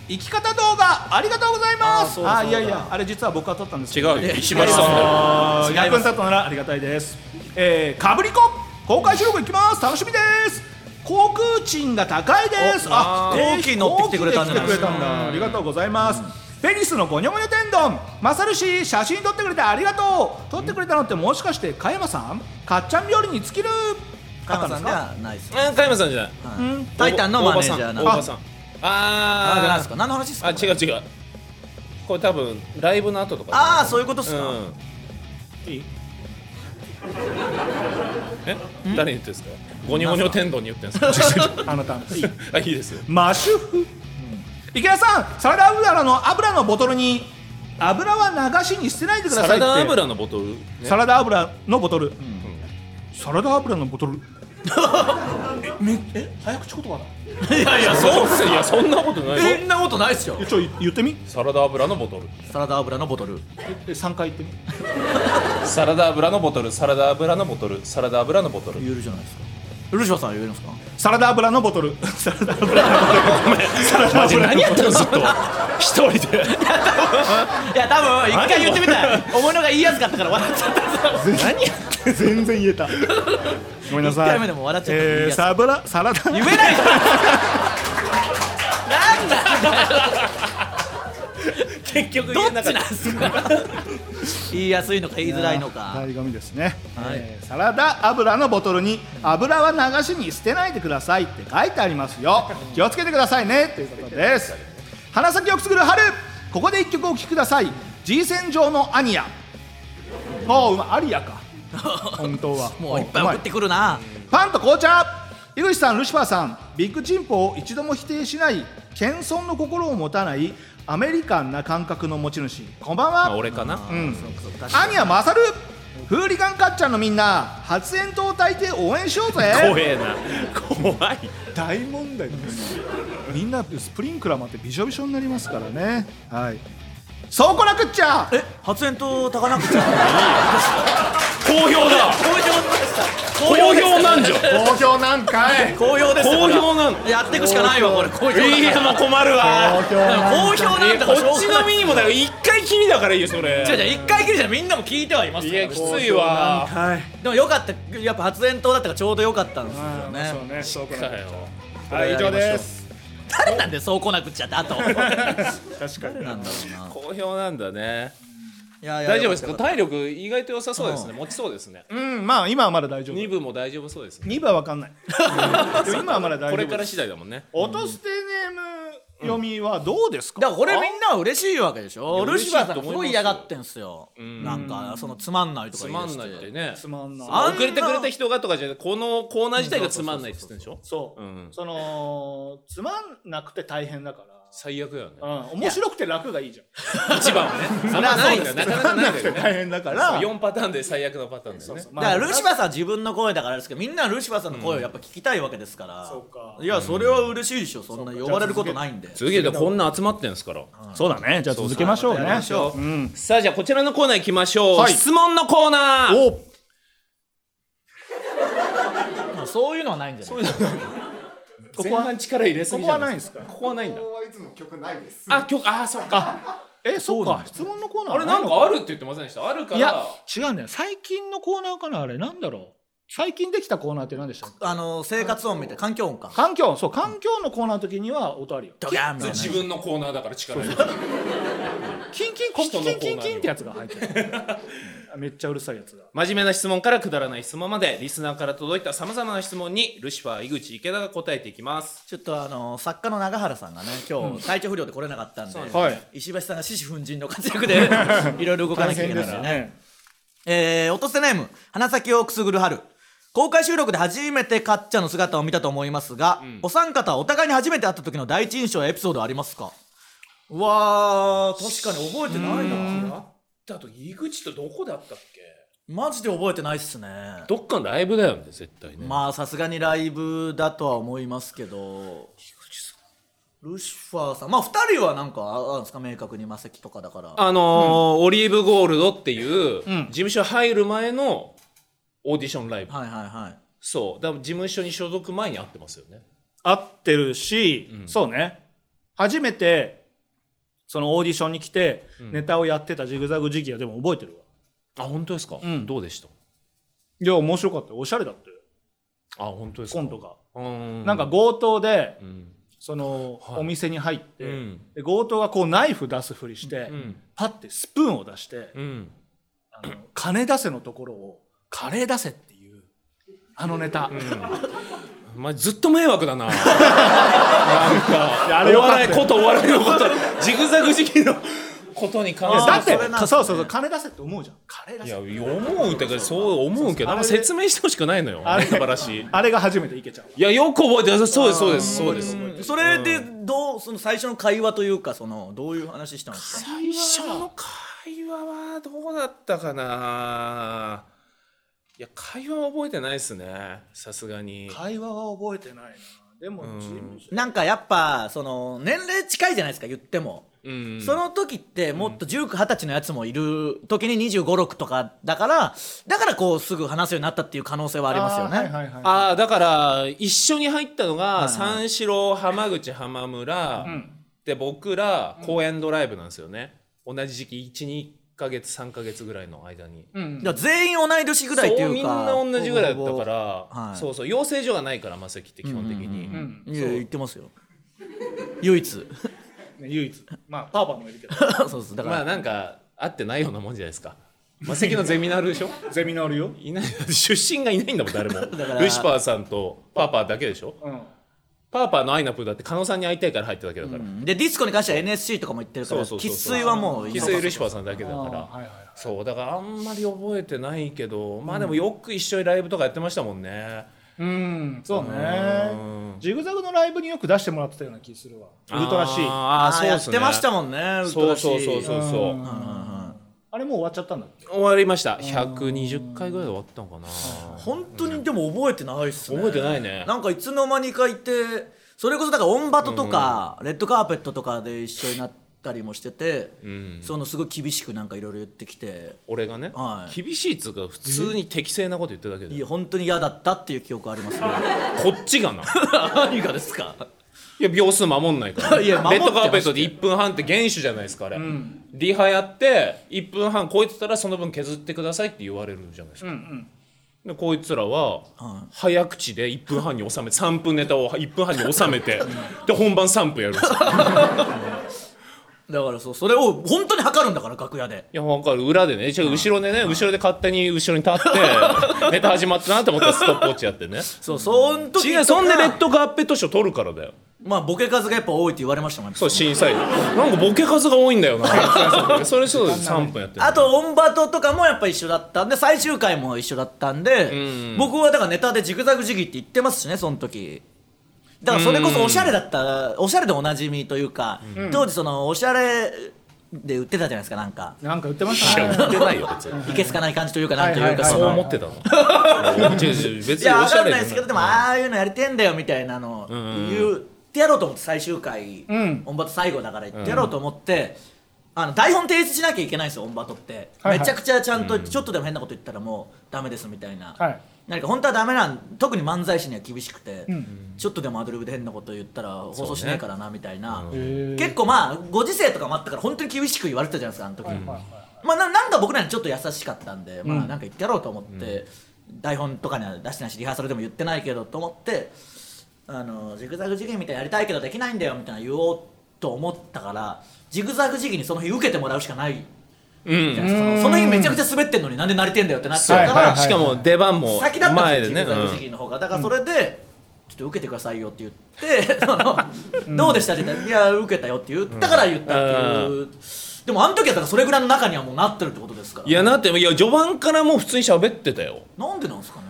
Speaker 4: 生き方動画ありがとうございます
Speaker 2: あそうだ
Speaker 4: あ
Speaker 2: そう
Speaker 4: い
Speaker 2: だ
Speaker 4: やいやあれ実は僕が撮ったんです
Speaker 3: 違
Speaker 4: け
Speaker 3: う
Speaker 4: ど
Speaker 3: よ石橋さんだよ
Speaker 4: あー
Speaker 2: 違います
Speaker 4: 役に立ったならありがたいです、えー、かぶりこ公開収録行きます楽しみです航空賃が高いです
Speaker 2: お
Speaker 4: あ
Speaker 2: あー飛行機乗ってきてくれたんじゃない
Speaker 4: 飛行機で来てくれたんだありがとうございます、フェニスのゴニョゴニョ天丼マサル氏写真撮ってくれてありがとう撮ってくれたのってもしかして加山さんかっちゃん日和に尽きる
Speaker 2: 加山
Speaker 4: あ
Speaker 2: さ
Speaker 4: った
Speaker 2: ん
Speaker 4: ん
Speaker 2: で
Speaker 4: ですか
Speaker 2: はないです
Speaker 3: あ加山さんじゃない
Speaker 2: はいタイタンのマネージャーな
Speaker 3: 大
Speaker 2: んで
Speaker 3: 場さん大場さん
Speaker 2: あじゃないで
Speaker 3: あ
Speaker 2: すか何の話です
Speaker 3: ー
Speaker 2: か
Speaker 3: あ違う違うこれ多分ライブの後とかだ
Speaker 2: ああそういうことっすか、
Speaker 3: うん、いいえ誰に言ってんですかゴニョゴニョ天丼に言ってんですか (laughs)
Speaker 7: あなた
Speaker 3: あいいですよ
Speaker 4: マシュフ、池田さんサラダ油の油のボトルに油は流しに捨てないでくだ
Speaker 3: サ
Speaker 4: さい
Speaker 3: ラ
Speaker 4: って
Speaker 3: ダ油のボトル、ね、
Speaker 4: サラダ油のボトル、サラダ油のボトル
Speaker 7: え早口言葉だ
Speaker 2: いやいや
Speaker 3: そうっすいやそんなことない
Speaker 2: そ
Speaker 3: よ
Speaker 2: んなことないっすよ
Speaker 4: ちょ言ってみ
Speaker 3: サラダ油のボトル
Speaker 2: サラダ油のボトル
Speaker 4: え3回言ってみ
Speaker 3: サラダ油のボトルサラダ油のボトルサラダ油のボトル
Speaker 2: 言えるじゃないですかルシファーさん言えるんですか
Speaker 4: サラダ油のボトルサラダ油
Speaker 3: マジ何やってんのずっと一人で
Speaker 2: いや多分一回言ってみたい思いのが言いやすかったから笑っちゃった
Speaker 4: 全然言えたごめんなさい
Speaker 2: 一回目でも笑っちゃった
Speaker 4: えー、サブラサラダ言えない
Speaker 3: 結局
Speaker 2: ど
Speaker 3: 言
Speaker 2: っ
Speaker 3: えなか
Speaker 2: ち
Speaker 3: っ
Speaker 2: なんすか言いやすいのか言いづらいのか
Speaker 4: 醍醐味ですね、
Speaker 2: はい
Speaker 4: えーサラダ油のボトルに油は流しに捨てないでくださいって書いてありま
Speaker 2: (laughs)
Speaker 4: すよ気をつけてくださいねということです花咲をくすぐる春ここで一曲お聴きください G 戦場のアニヤおうまいアリ
Speaker 2: (laughs)
Speaker 4: アか本当は
Speaker 2: もういっぱい
Speaker 4: おうま
Speaker 2: 送ってくるな
Speaker 4: パンと紅茶井口さんルシファーさんビッグチンポを一度も否定しない謙遜の心を持たないアメリカンな感覚の持ち主こんばんは
Speaker 3: た俺かな
Speaker 4: うん
Speaker 2: そうかそうか
Speaker 4: 兄は勝るフーリガンかっちゃんのみんな発煙筒を焚いて応援しようぜ
Speaker 3: 怖えな怖い
Speaker 4: 大問題ですみんなスプリンクラーもあってびしょびしょになりますからねはいそうこなくっちゃ
Speaker 2: え発煙筒たかなくちゃ
Speaker 3: 好評だ
Speaker 2: 好評で
Speaker 3: 好評なんじゃ
Speaker 1: 好評なんかい
Speaker 2: 好評です
Speaker 3: 好評なん
Speaker 2: これやっていくしかないわこれ好評だ
Speaker 3: いやもう困るわ
Speaker 1: 好評なんか
Speaker 2: 好評なんだ
Speaker 3: こ
Speaker 2: からしょう
Speaker 3: っ
Speaker 2: が
Speaker 3: ち
Speaker 2: ない
Speaker 3: の身にもだよ一回きりだからいいよそれ
Speaker 2: 違う違う一回きりじゃないみんなも聞いてはいます
Speaker 3: い
Speaker 2: から
Speaker 3: やきついわ
Speaker 4: はい
Speaker 2: でもよかったやっぱ発煙筒だったからちょうどよかったんですよね
Speaker 4: そうねそうこなくっ
Speaker 3: だよ
Speaker 4: ちゃはい以上です
Speaker 2: 誰なんでそう来なくっちゃってあと確かになんだろうな
Speaker 3: 好評なんだね
Speaker 2: いやいや
Speaker 3: 大丈夫です
Speaker 2: よ
Speaker 3: か
Speaker 2: ったよ
Speaker 3: 体力意外と良さそうですね持ちそうですね
Speaker 4: うんまあ今はまだ大丈夫
Speaker 3: 二部も大丈夫そうですね
Speaker 4: 2番わかんないでも今はまだ大丈夫
Speaker 3: これから次第だもんね
Speaker 4: 音捨てネーム読みはどうですか
Speaker 2: だからこれみんなは嬉しいわけでし
Speaker 3: い
Speaker 2: ょ
Speaker 3: や
Speaker 2: ルシファーさん
Speaker 3: 嬉しいと思い
Speaker 2: す
Speaker 3: ますよ
Speaker 2: ごい嫌がってんすよなんかそのつまんないとか
Speaker 3: つ
Speaker 2: 言い
Speaker 3: ま
Speaker 2: 出し
Speaker 3: ん
Speaker 2: て
Speaker 3: ないってね
Speaker 4: つまんない
Speaker 2: あんな
Speaker 3: 遅れてくれた人がとかじゃなくてこのコーナー自体がつまんないって言ってんでしょ
Speaker 4: そう、
Speaker 3: うん
Speaker 4: そのつまんなくて大変だから
Speaker 3: 最悪だよね
Speaker 4: うん、面白くて楽がいいじゃ
Speaker 3: 一番はねあんまないんだよなかなかないんだよ
Speaker 4: ん。
Speaker 3: ね
Speaker 4: 変だか
Speaker 3: 4パターンで最悪のパターンだよね
Speaker 4: そう
Speaker 2: だからルシファーさん自分の声だからですけどみんなはルシファーさんの声をやっぱ聞きたいわけですから、
Speaker 4: そうか
Speaker 2: いやそれは嬉しいでしょそんな呼ばれることないんで
Speaker 3: 次でこんな集まってんですから
Speaker 4: そうだね。じゃあ続けましょうね。
Speaker 3: うんさあじゃあこちらのコーナー行きましょう、
Speaker 4: はい
Speaker 3: 質問のコーナー
Speaker 4: お、
Speaker 2: まあそういうのはないんじゃない
Speaker 3: ここは力入れす
Speaker 4: こ
Speaker 3: ぎ
Speaker 4: こ
Speaker 3: じゃ
Speaker 4: は
Speaker 3: な
Speaker 4: ない
Speaker 3: で
Speaker 4: いん
Speaker 3: す
Speaker 4: すか。
Speaker 3: かここはないんだ
Speaker 1: ここはいつも曲ないです
Speaker 3: あ今日あそっか
Speaker 4: え、そうか。質問のコーナー。
Speaker 3: あれなんかあるって言ってませんでしたあるか
Speaker 4: いや
Speaker 3: ら、
Speaker 4: 違うんだよ。最近のコーナーかなあれ。なんだろう。最近できたコーナーって何でしたっけ
Speaker 2: あの生活音みたいな環境音か
Speaker 4: 環境、そう、環境のコーナーの時には音あるよ。
Speaker 2: ドキャンみたいな
Speaker 3: 自分のコーナーだから力入れ
Speaker 4: キンキン、キン
Speaker 3: 人のコーナ
Speaker 4: キン
Speaker 3: ー
Speaker 4: キンキンってやつが入ってる。
Speaker 3: (laughs)
Speaker 4: めっちゃうるさいやつが。
Speaker 3: 真面目な質問からくだらない質問までリスナーから届いたさまざまな質問にルシファー井口池田が答えていきます
Speaker 2: ちょっとあの作家の永原さんがね今日体調不良で来れなかったんで、
Speaker 3: そうです
Speaker 4: ねはい
Speaker 2: 石橋さんが獅子奮陣の活躍でいろいろ動かなきゃいけないからね
Speaker 4: ね。
Speaker 2: えー、落とせネーム花咲をくすぐる春公開収録で初めてかっちゃんの姿を見たと思いますが、お三方はお互いに初めて会った時の第一印象やエピソードはありますかうわー確かに覚えてないな
Speaker 3: だと井口とどこだったっけ
Speaker 2: マジで覚えてないっすね
Speaker 3: どっかのライブだよね絶対ね、
Speaker 2: まあさすがにライブだとは思いますけどルシファーさんまあ2人はなんかああるんですか明確に魔石とかだから
Speaker 3: あのーオリーブゴールドっていう事務所入る前のオーディションライブ、
Speaker 2: はいはいはい
Speaker 3: そうだから事務所に所属前に会ってますよね
Speaker 4: 合ってるし、そうね初めてそのオーディションに来て、ネタをやってたジグザグ時期はでも覚えてるわ
Speaker 3: あ本当ですか、
Speaker 4: ん
Speaker 3: どうでした
Speaker 4: いや面白かったよおしゃれだって
Speaker 3: あ本当です
Speaker 4: コ
Speaker 3: か
Speaker 4: ントが、
Speaker 3: うん
Speaker 4: なんか強盗で
Speaker 3: うん
Speaker 4: その、
Speaker 3: はい
Speaker 4: お店に入って、
Speaker 3: うん
Speaker 4: で強盗がこうナイフ出すふりして、
Speaker 3: うん
Speaker 4: パッてスプーンを出して、
Speaker 3: うん
Speaker 4: あの金出せのところをカレー出せっていう (laughs) あのネタ、
Speaker 3: お前ずっと迷惑だななんか
Speaker 4: あれ
Speaker 3: お
Speaker 4: よかった
Speaker 3: (laughs) 笑いことお笑いのことジグザグ時期のことに関
Speaker 4: いや
Speaker 3: しては
Speaker 2: そ
Speaker 4: だって
Speaker 2: れなん
Speaker 4: そ
Speaker 2: ですね
Speaker 4: うそうそう金出せって思うじゃん金
Speaker 3: い
Speaker 4: 出せ
Speaker 3: や思うってかそう思うけどあんま説明してほしくないのよ
Speaker 4: あれ
Speaker 3: ネタバラシ
Speaker 4: あれが初めていけちゃう
Speaker 3: いやよく覚えてるそうですそうですそうです
Speaker 2: それでどうその最初の会話というかそのどういう話したんですか
Speaker 3: 最初の会話はどうだったかないや会話は覚えてないですねさすがに
Speaker 4: 会話は覚えてないなでも
Speaker 3: うん
Speaker 4: 事務所
Speaker 2: なんかやっぱその年齢近いじゃないですか言っても、
Speaker 3: うん
Speaker 2: その時ってもっと19、20歳のやつもいる時に25、6とかだからだからこうすぐ話すようになったっていう可能性はありますよね。
Speaker 4: あーはいはいはい
Speaker 3: ああだから一緒に入ったの
Speaker 2: いは
Speaker 3: が
Speaker 2: い
Speaker 3: 三四郎浜口浜村、で僕ら公園ドライブなんですよね、同じ時期12ヶ月3ヶ月ぐらいの間に、
Speaker 2: だから全員同い年ぐらいって
Speaker 3: そう
Speaker 2: い
Speaker 3: み
Speaker 2: うんか
Speaker 3: な同じぐらいだったか
Speaker 2: ほ
Speaker 3: ら、
Speaker 2: ぼはい
Speaker 3: そうそう養成所がないからマセキって基本的に、
Speaker 2: うん
Speaker 4: うん
Speaker 2: ぼいや言ってますよ唯一 (laughs)
Speaker 4: ね唯一まあパーパーもいるけ (laughs) ど
Speaker 2: そうですだから、
Speaker 3: まあなんか会ってないようなもんじゃないですかマセキのゼミナールで
Speaker 2: (laughs)
Speaker 3: しょ
Speaker 4: ゼミナールよ
Speaker 3: いない出身がいないんだもん誰も
Speaker 2: から
Speaker 3: ルシファーさんとパーパーだけでしょ
Speaker 4: うん
Speaker 3: パーパーのアイナプーだって狩野さんに会いたいから入っただけだから、
Speaker 2: うんでディスコに関しては NSC とかも言ってるから
Speaker 3: そうそうそう
Speaker 2: 生
Speaker 3: そう
Speaker 2: 粋はもう
Speaker 3: キスルシファーさんだけだ
Speaker 4: あ
Speaker 3: か
Speaker 4: ーはい
Speaker 3: ら
Speaker 4: はいはい
Speaker 3: そうだからあんまり覚えてないけどまあでもよく一緒にライブとかやってましたもんね
Speaker 4: うんそう
Speaker 3: う
Speaker 4: ねジグザグのライブによく出してもらってたような気するわウルトラ C あ
Speaker 3: あーあー
Speaker 2: あ
Speaker 3: そ
Speaker 2: ー
Speaker 3: う
Speaker 2: や
Speaker 3: で
Speaker 2: っ
Speaker 3: す
Speaker 2: て
Speaker 3: ね
Speaker 2: ましたもんね
Speaker 3: そうそうそう
Speaker 2: う
Speaker 3: そうそう
Speaker 4: う
Speaker 2: ん
Speaker 4: んれもう終わっちゃったんだっけ
Speaker 3: 終わりました120回ぐらいで終わったのかな
Speaker 2: 本当にでも覚えてないっすね
Speaker 3: 覚えてないね
Speaker 2: なんかいつの間にかいてそれこそだからオンバトとか、レッドカーペットとかで一緒になったりもしてて、
Speaker 3: うん
Speaker 2: そのすごい厳しくなんかいろいろ言ってきて
Speaker 3: 俺がね
Speaker 2: はい
Speaker 3: 厳しいっつうか普通に適正なこと言ってるだけ
Speaker 2: い
Speaker 3: で
Speaker 2: や本当に嫌だったっていう記憶あ
Speaker 3: (laughs)
Speaker 2: りますね
Speaker 3: こっちがな
Speaker 2: 何がですか
Speaker 3: いや秒数守んないから
Speaker 2: (laughs) いや守
Speaker 3: レ
Speaker 2: って
Speaker 3: ッ
Speaker 2: まし
Speaker 3: ド
Speaker 2: た
Speaker 3: カー
Speaker 2: よ
Speaker 3: ペットで1分半って厳守じゃないですかあれリハやって1分半超えてたらその分削ってくださいって言われるじゃないですか
Speaker 4: うん
Speaker 3: でこいつらは
Speaker 2: は
Speaker 3: 早口で1分半に収め3分ネタを1分半に収めてで本番3分やるんですよ
Speaker 2: (laughs) だからそうそれを本当に測るんだから楽屋で
Speaker 3: いや分かる裏でね違う後ろでね後ろで勝手に後ろに立
Speaker 2: (laughs)
Speaker 3: ってネタ始まったなと思ったらストップウォッチやってね
Speaker 2: そうそん時と
Speaker 3: 違
Speaker 2: か
Speaker 3: うそんでレッドカーペット賞取るからだよ
Speaker 2: まあボケ数がやっぱ多いって言われましたもんやっぱ
Speaker 3: そう審査員なんかボケ数が多いんだ
Speaker 2: (laughs)
Speaker 3: よなそれちょっと3分やってる
Speaker 2: あとオンバトとかもやっぱ一緒だったんで最終回も一緒だったんで、僕はだからネタでジグザグジギーって言ってますしねその時だからそれこそおしゃれだったおしゃれでおなじみというか、当時そのおしゃれで売ってたじゃないですかなんか
Speaker 4: なんか売ってましたね
Speaker 3: 言ってないよ別に
Speaker 2: (laughs) いけすかない感じというかなんと
Speaker 4: はいいうはい
Speaker 2: か
Speaker 4: はい
Speaker 3: そ
Speaker 2: そ
Speaker 3: う
Speaker 2: の
Speaker 3: 思ってたの違う違う別に
Speaker 2: いや
Speaker 3: お
Speaker 2: わ
Speaker 3: しゃ
Speaker 2: かん
Speaker 3: れ
Speaker 2: ないですけどでもああいうのやりてんだよみたいなの言ってやろうと思って最終回、
Speaker 4: ん
Speaker 2: オンバト最後だから言ってやろうと思って、あの台本提出しなきゃいけないんですよオンバトって、
Speaker 4: はいはい
Speaker 2: めちゃくちゃちゃんとちょっとでも変なこと言ったらもうダメですみたいな、
Speaker 4: はい
Speaker 2: 何か本当はダメなん特に漫才師には厳しくて、ちょっとでもアドリブで変なこと言ったら放送しないからなみたいな、結構まあご時世とかもあったから本当に厳しく言われてたじゃないですかあの時、まあ、ななんか僕らにちょっと優しかったんで、まあなんか言ってやろうと思って、台本とかには出してないしリハーサルでも言ってないけどと思ってあのジグザグジギーみたいなやりたいけどできないんだよみたいな言おうと思ったからジグザグジギーにその日受けてもらうしかない
Speaker 3: うん
Speaker 2: じゃないですか、その日めちゃくちゃ滑ってんのになんでなりてんだよってなってるから、
Speaker 4: はいはいはい
Speaker 3: しかも出番も
Speaker 2: 先だったん
Speaker 3: 前
Speaker 2: で
Speaker 3: です
Speaker 2: よ、
Speaker 3: ね
Speaker 2: ジグザグ時期の方が。だからそれで、ちょっと受けてくださいよって言って、そのどうでしたって言ったら、いや、受けたよって言ったから言ったっていう。でもあの時はだからそれぐらいの中にはもうなってるってことですから。
Speaker 3: いやなっていや序盤からもう普通に喋ってたよ
Speaker 2: なんでなんですかね。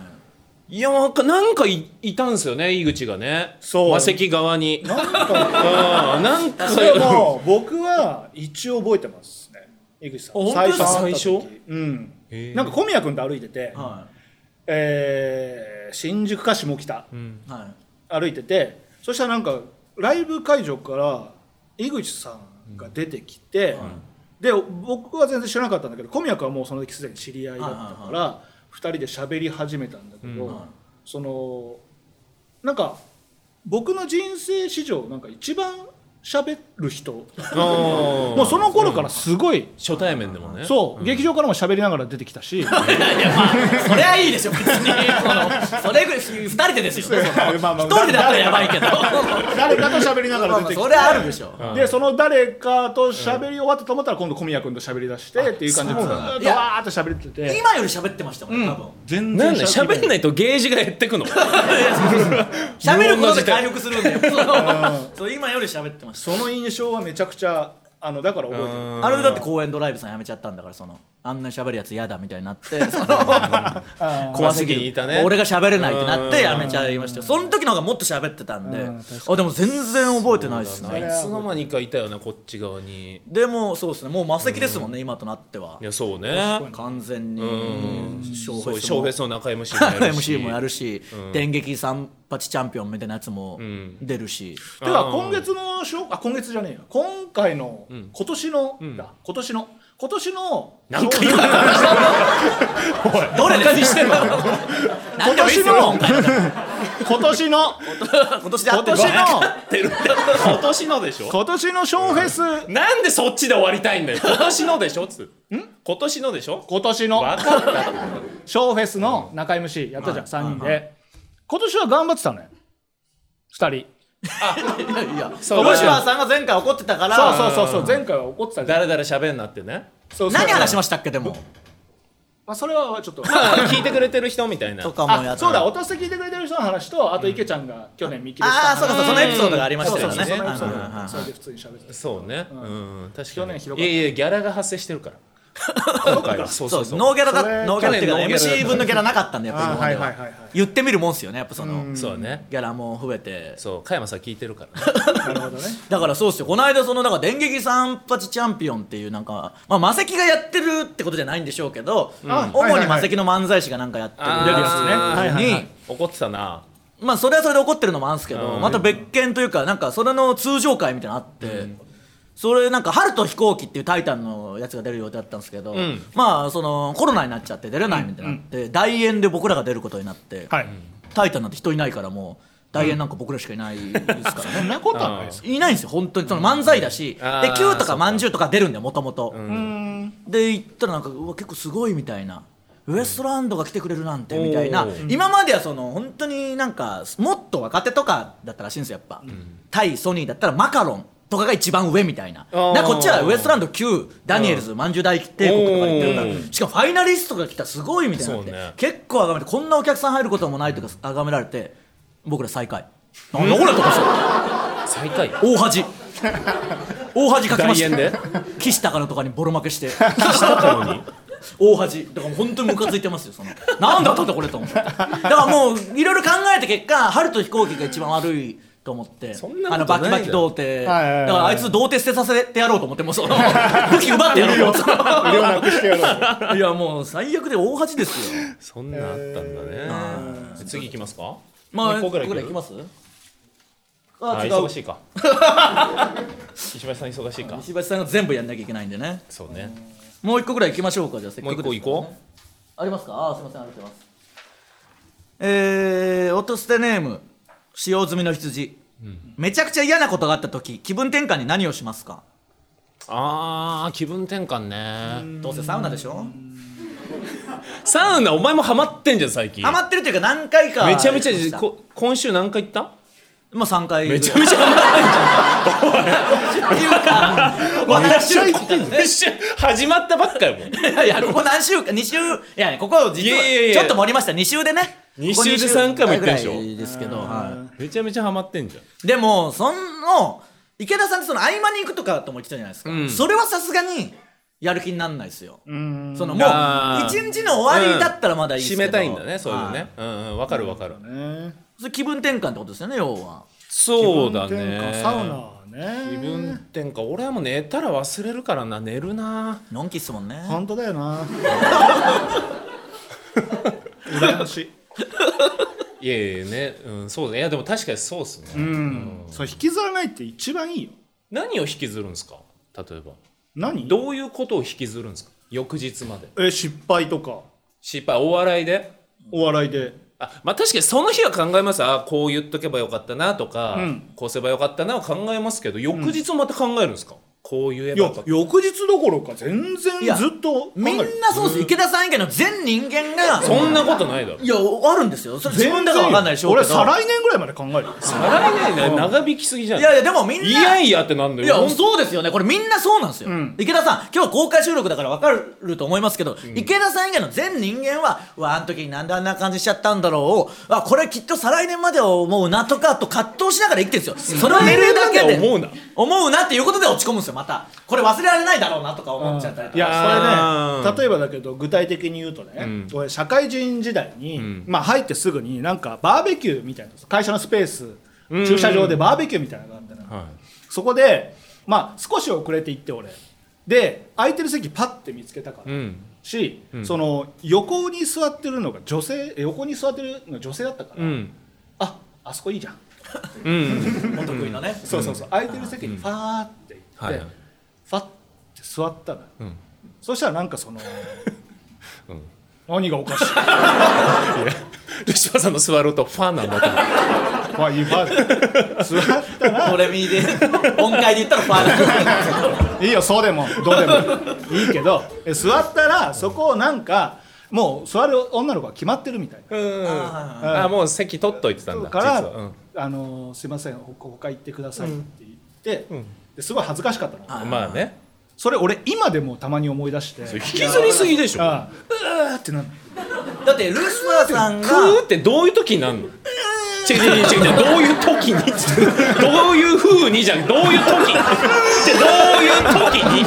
Speaker 3: いやなんかなんかいいたんですよね井口がね
Speaker 4: そう
Speaker 3: マセキ側に
Speaker 4: なんか
Speaker 3: あーなんか
Speaker 4: でも僕は一応覚えてますね井口さん
Speaker 2: あ本当ですか
Speaker 4: 会った時
Speaker 3: 最初
Speaker 4: うん
Speaker 3: へー
Speaker 4: なんか小宮君と歩いてて、
Speaker 2: は
Speaker 4: えー新宿か下北
Speaker 3: うん
Speaker 2: い。はい。
Speaker 4: 歩いててそしたらなんかライブ会場から井口さんが出てきて、で僕は全然知らなかったんだけど小宮君はもうその時すでに知り合いだったから2人で喋り始めたんだけど、
Speaker 3: うん
Speaker 4: そのなんか僕の人生史上なんか一番喋る人も
Speaker 3: も
Speaker 4: うその頃からすごい、
Speaker 3: 初対面でもね
Speaker 4: そう、劇場からも喋りながら出てきたし
Speaker 2: そりゃいいでしょ、別に。そのそれぐらい、二人でですよね。その
Speaker 4: まあまあ
Speaker 2: 一人でだったらやばいけど。
Speaker 4: 誰かと喋りなが
Speaker 2: まあ
Speaker 4: ら出
Speaker 2: まあ
Speaker 4: てき
Speaker 2: そ
Speaker 4: て
Speaker 2: れあるでしょ。
Speaker 3: うん
Speaker 4: でその誰かと喋り終わったと思ったら今度小宮君と喋り出してっていう感じでずーっとわーっと喋ってて
Speaker 2: 今より喋ってましたもん、多分。
Speaker 4: 全
Speaker 3: なんだ
Speaker 4: 然
Speaker 3: 喋んないとゲージが減ってくの
Speaker 2: 喋ることで回復するんだよ。そうそう今より喋ってました。
Speaker 4: その印象はめちゃくちゃあのだから覚えてる
Speaker 3: あ
Speaker 2: あれだって公園ドライブさんやめちゃったんだからそのあんな喋るやつ嫌だみたいになってその (laughs)
Speaker 3: 怖すぎにいたね
Speaker 2: 俺が喋れないってなってやめちゃいましたよその時の方がもっと喋ってたんであでも全然覚えてないです
Speaker 3: い
Speaker 2: ね
Speaker 3: つの間にかいたよなこっち側に
Speaker 2: でもそうですねもう魔石ですもんね今となってはい
Speaker 3: やそうね
Speaker 2: 完全にショ
Speaker 3: そう
Speaker 2: ー
Speaker 3: ショーフ
Speaker 2: フ
Speaker 3: ェ
Speaker 2: ェス
Speaker 3: スの中 MC もやるし
Speaker 2: MC もやるし電撃三八チャンピオンみたいなやつも出るし
Speaker 4: てか今月のしょあ今月じゃねえよ今回の、今年の、だ今年の今年の
Speaker 3: なん
Speaker 4: (laughs)
Speaker 3: か言うな
Speaker 2: どれかにしてる何でもいいですよ
Speaker 4: 今
Speaker 2: 今回の (laughs)
Speaker 4: 今年の
Speaker 2: 今年で合
Speaker 4: 今
Speaker 2: ってる
Speaker 3: (laughs)
Speaker 4: 年の
Speaker 3: 今年のでしょ
Speaker 4: 今年のショーフェス
Speaker 3: なんでそっちで終わりたいんだよ今年のでしょつって今年のでしょ
Speaker 4: 今年の
Speaker 3: 分かった
Speaker 4: ショーフェスの中 MC やったじゃん、三3人で今年は頑張ってたのよ2人
Speaker 2: いや
Speaker 3: そう
Speaker 2: 小芝さんが前回怒ってたから
Speaker 4: そうそうそうそう前回は怒ってたじゃん
Speaker 3: だらだら喋んなって (laughs) ね
Speaker 4: そうそう
Speaker 2: 何話しましたっけでも
Speaker 4: まあ、それはちょっと
Speaker 3: まあ聞いてくれてる人みたいな
Speaker 2: とかもや
Speaker 4: あ
Speaker 2: った
Speaker 4: そうだ音声聞いてくれてる人の話とあと池ちゃんが去年見切りした
Speaker 2: ああそうかそうかそのエピソードがありまし
Speaker 4: そ
Speaker 2: た
Speaker 4: う
Speaker 2: よ
Speaker 4: そ
Speaker 2: ね
Speaker 4: うそうそのエ
Speaker 2: はい
Speaker 4: ピソ
Speaker 2: はい
Speaker 4: ード
Speaker 2: は
Speaker 4: が
Speaker 2: い
Speaker 4: それで普通に喋ってた
Speaker 3: そうねうん確か
Speaker 4: 去
Speaker 3: に
Speaker 4: 年ひど
Speaker 3: い
Speaker 4: かった
Speaker 3: やいやギャラが発生してる (laughs) から今回はそう
Speaker 2: そ
Speaker 3: そううそう
Speaker 2: ノーギャラだ
Speaker 4: それ
Speaker 2: ノーギャラっていうか
Speaker 3: 去年ノーギャラだった
Speaker 2: MC 分のギャラなかったんでやっぱり
Speaker 4: あ
Speaker 2: 今
Speaker 4: は
Speaker 2: まで
Speaker 4: いはいはい
Speaker 2: は
Speaker 4: はい
Speaker 2: 言ってみるもんっすよねやっぱその
Speaker 3: そうね
Speaker 2: ギャラも増えて
Speaker 3: そう加山さん聞いてるからね
Speaker 4: なるほどね
Speaker 2: だからそうっすよこの間そのだから電撃三八チャンピオンっていうなんかまあ魔石がやってるってことじゃないんでしょうけど
Speaker 4: あ
Speaker 2: 主
Speaker 4: はいは
Speaker 2: に
Speaker 4: いは
Speaker 2: 魔
Speaker 4: い
Speaker 2: 石の漫才師がなんかやってる
Speaker 3: あー
Speaker 2: やつねに
Speaker 3: 怒ってたな
Speaker 2: まあそれはそれで怒ってるのもあるんですけど、
Speaker 3: うん
Speaker 2: また別件というかなんかそれの通常会みたいなのあって、それなんか「春と飛行機」っていう「タイタン」のやつが出る予定だったんですけど、
Speaker 3: ん
Speaker 2: まあそのコロナになっちゃって出れないみたいになって、大演で僕らが出ることになって「
Speaker 5: はい
Speaker 2: タイタン」なんて人いないからもう大演なんか僕らしかいないですからね。
Speaker 4: そんなことはないです
Speaker 2: いないんですよ本当にその漫才だし、
Speaker 3: あー
Speaker 2: で Q とかまんじゅうとか出るんだよもともとで行ったらなんかうわ結構すごいみたいなウエストランドが来てくれるなんてみたいな
Speaker 3: おー
Speaker 2: 今まではその本当になんかもっと若手とかだったらしいんですよやっぱ、対ソニーだったらマカロンとかが一番上みたいな
Speaker 3: おー
Speaker 2: なこっちはウエストランド Q ダニエルズまんじゅう大帝国とか言ってるか
Speaker 3: お
Speaker 2: ら
Speaker 3: ー
Speaker 2: しかもファイナリストが来たらすごいみたいになって、
Speaker 3: そうね
Speaker 2: 結構あがめてこんなお客さん入ることもないとかあがめられて僕ら最下位なんだこれとかさ
Speaker 3: 最下位
Speaker 2: 大恥大恥かきまし
Speaker 3: 大変で
Speaker 2: た岸高野とかにボロ負けして
Speaker 3: したのに
Speaker 2: 大恥だから本当にムカついてますよそのなんだったんだこれと思ってだからもういろいろ考えた結果春と飛行機が一番悪いと思って
Speaker 3: そんな
Speaker 2: あ
Speaker 3: こと
Speaker 2: の
Speaker 3: ない
Speaker 2: バキバキ童貞だか
Speaker 5: はいはいはい
Speaker 2: らあいつ童貞捨てさせてやろうと思ってもう
Speaker 3: (laughs)
Speaker 2: その武器奪ってやろうと
Speaker 5: 腕をなくしてやろう
Speaker 2: いやもう最悪で大恥ですよ
Speaker 3: そんなんあったんだね、次行きますか
Speaker 2: ま
Speaker 3: もう
Speaker 2: あ
Speaker 3: 一個ぐらい
Speaker 2: こ
Speaker 3: 行け
Speaker 2: れい
Speaker 3: る
Speaker 2: きます
Speaker 3: あ
Speaker 2: あ違う
Speaker 3: 忙しい (laughs) か石橋さん忙しいか
Speaker 2: 石橋さんが全部やんなきゃいけないんでね
Speaker 3: そうね
Speaker 2: もう一個ぐらい行きましょうかじゃあせっ
Speaker 3: も
Speaker 2: か
Speaker 3: う
Speaker 2: く
Speaker 3: 一個
Speaker 2: です
Speaker 3: 行
Speaker 2: からね
Speaker 3: こ
Speaker 2: ありますかあーすいませんありがとうございますえー、音捨てネーム使用済みの羊、めちゃくちゃ嫌なことがあった時気分転換に何をしますか
Speaker 3: うあー気分転換ね
Speaker 2: どうせサウナでしょ
Speaker 3: サウナお前もハマってんじゃん最近
Speaker 2: ハマってるというか何回か
Speaker 3: めちゃめち
Speaker 2: 行きまし
Speaker 3: ゃ
Speaker 2: た
Speaker 3: こ今週何回行った
Speaker 2: まあ3回ぐら
Speaker 3: め
Speaker 2: い
Speaker 3: ちゃめちゃハ
Speaker 2: っていうかここ
Speaker 3: マってんじゃん
Speaker 2: 何週間
Speaker 3: めっちゃ始まったばっかよもう
Speaker 2: いやいやここ何週間2週いやここ実はい
Speaker 3: やいやいや
Speaker 2: ちょっと盛りました2週でね
Speaker 3: 二週で三回も行ってんでしょ
Speaker 2: ここ二週ぐらいですけどはい
Speaker 3: めちゃめちゃハマってんじゃん
Speaker 2: でもその池田さんってその合間に行くとかとも言ってたじゃないですか、
Speaker 3: うん
Speaker 2: それはさすがにやる気になんないですよそのもう
Speaker 3: あー
Speaker 2: 一日の終わりだったらまだいいですけ
Speaker 3: 締め
Speaker 2: ど、
Speaker 3: たいんだねそういう
Speaker 2: は
Speaker 3: ねうんうんわかるわかる
Speaker 2: それ気分転換ってことですよね要は
Speaker 3: そうだ
Speaker 4: 気分転換
Speaker 3: ね
Speaker 4: サウナ
Speaker 3: 気
Speaker 4: ね
Speaker 3: 分転換俺はもう寝たら忘れるからな寝るな
Speaker 2: のんきっすもんね
Speaker 4: 本当だよ (laughs) な
Speaker 5: 羨ましい
Speaker 3: いやいやね、うん、そうだいやでも確かにそうっすね、
Speaker 4: うんそう引きずらないって一番いいよ
Speaker 3: 何を引きずるんですか例えば
Speaker 4: 何
Speaker 3: どういうことを引きずるんですか翌日まで
Speaker 4: え失敗とか
Speaker 3: 失敗お笑いで
Speaker 4: お笑いで
Speaker 3: あまあ確かにその日は考えますあこう言っとけばよかったなとか、
Speaker 4: うん
Speaker 3: こうすればよかったなを考えますけど翌日もまた考えるんですか、こう言えば
Speaker 4: いや
Speaker 3: よかった
Speaker 4: 翌日どころか全
Speaker 2: い
Speaker 4: 然
Speaker 2: や
Speaker 4: ずっと考える
Speaker 2: みんなそうです池田さん以外の全人間が
Speaker 3: そんなことないだろ
Speaker 2: いやあるんですよそれ自分だから分かんないでしょうけ
Speaker 4: 俺
Speaker 2: ど
Speaker 4: 再来年ぐらいまで考えるよ
Speaker 3: さらいないね長引きすぎじゃないい
Speaker 2: やいやでもみんない
Speaker 3: やいやってなんだ
Speaker 2: い
Speaker 3: よ
Speaker 2: や
Speaker 3: ほん
Speaker 2: そうですよねこれみんなそうなんですよ、
Speaker 4: ん
Speaker 2: 池田さん今日公開収録だから分かると思いますけど、池田さん以外の全人間はうわあの時になんであんな感じしちゃったんだろうをあこれきっと再来年までを思うなとかと葛藤しながら生きてるんですよそれを寝るだけ
Speaker 3: 再来
Speaker 2: で
Speaker 3: 年まで思うな
Speaker 2: 思うなっていうことで落ち込むんですよまたこれ忘れられないだろうなとか思っちゃったりとか、
Speaker 3: いや
Speaker 4: それ
Speaker 3: あー
Speaker 4: ね例えばだけど具体的に言うとね、
Speaker 3: うん
Speaker 4: 俺社会人時代に、
Speaker 3: ん
Speaker 4: まあ、入ってすぐになんかバーベキューみたいな会社のスペース駐車場でバーベキューみたいなのがあったの、
Speaker 3: は
Speaker 4: そこで、まあ、少し遅れて行って俺で空いてる席パッて見つけたから、
Speaker 3: いうん
Speaker 4: し、
Speaker 3: うん
Speaker 4: その横に座ってるのが女性え横に座ってるのが女性だったから、
Speaker 3: うん
Speaker 4: ああそこいいじゃん
Speaker 3: うん
Speaker 2: お得意のね、
Speaker 4: そうそうそう空いてる席にファーって行って、
Speaker 3: はいはい
Speaker 4: ファッて座ったのよ
Speaker 3: うん
Speaker 4: そしたらなんかその
Speaker 3: (laughs) うん
Speaker 4: 何がおかしい
Speaker 3: ルシファーさんの座るとファンなんだと思う
Speaker 4: 怖いファーって座ったら
Speaker 2: ドレミで音階で言ったらファーだ
Speaker 4: いいよそうでもどうで
Speaker 3: (laughs)
Speaker 4: もいいけどえ座ったらそこをなんかもう座る女の子が決まってるみたいな
Speaker 3: うん
Speaker 2: あ
Speaker 3: あもう席取っといてたんだ
Speaker 4: か
Speaker 3: 実は
Speaker 4: ら「あのすいませんほ他行ってください」って言って、
Speaker 3: ん
Speaker 4: ですごい恥ずかしかったの
Speaker 3: うんまあね
Speaker 4: それ俺今でもたまに思い出して
Speaker 3: 引きずりすぎでしょ
Speaker 4: ああうーってなる
Speaker 2: だってルシファーさん
Speaker 3: ク
Speaker 2: が
Speaker 3: ーってどういう時になるの違う違う違う違うどういう時にどういう風にじゃんどういう時じゃあどういう時に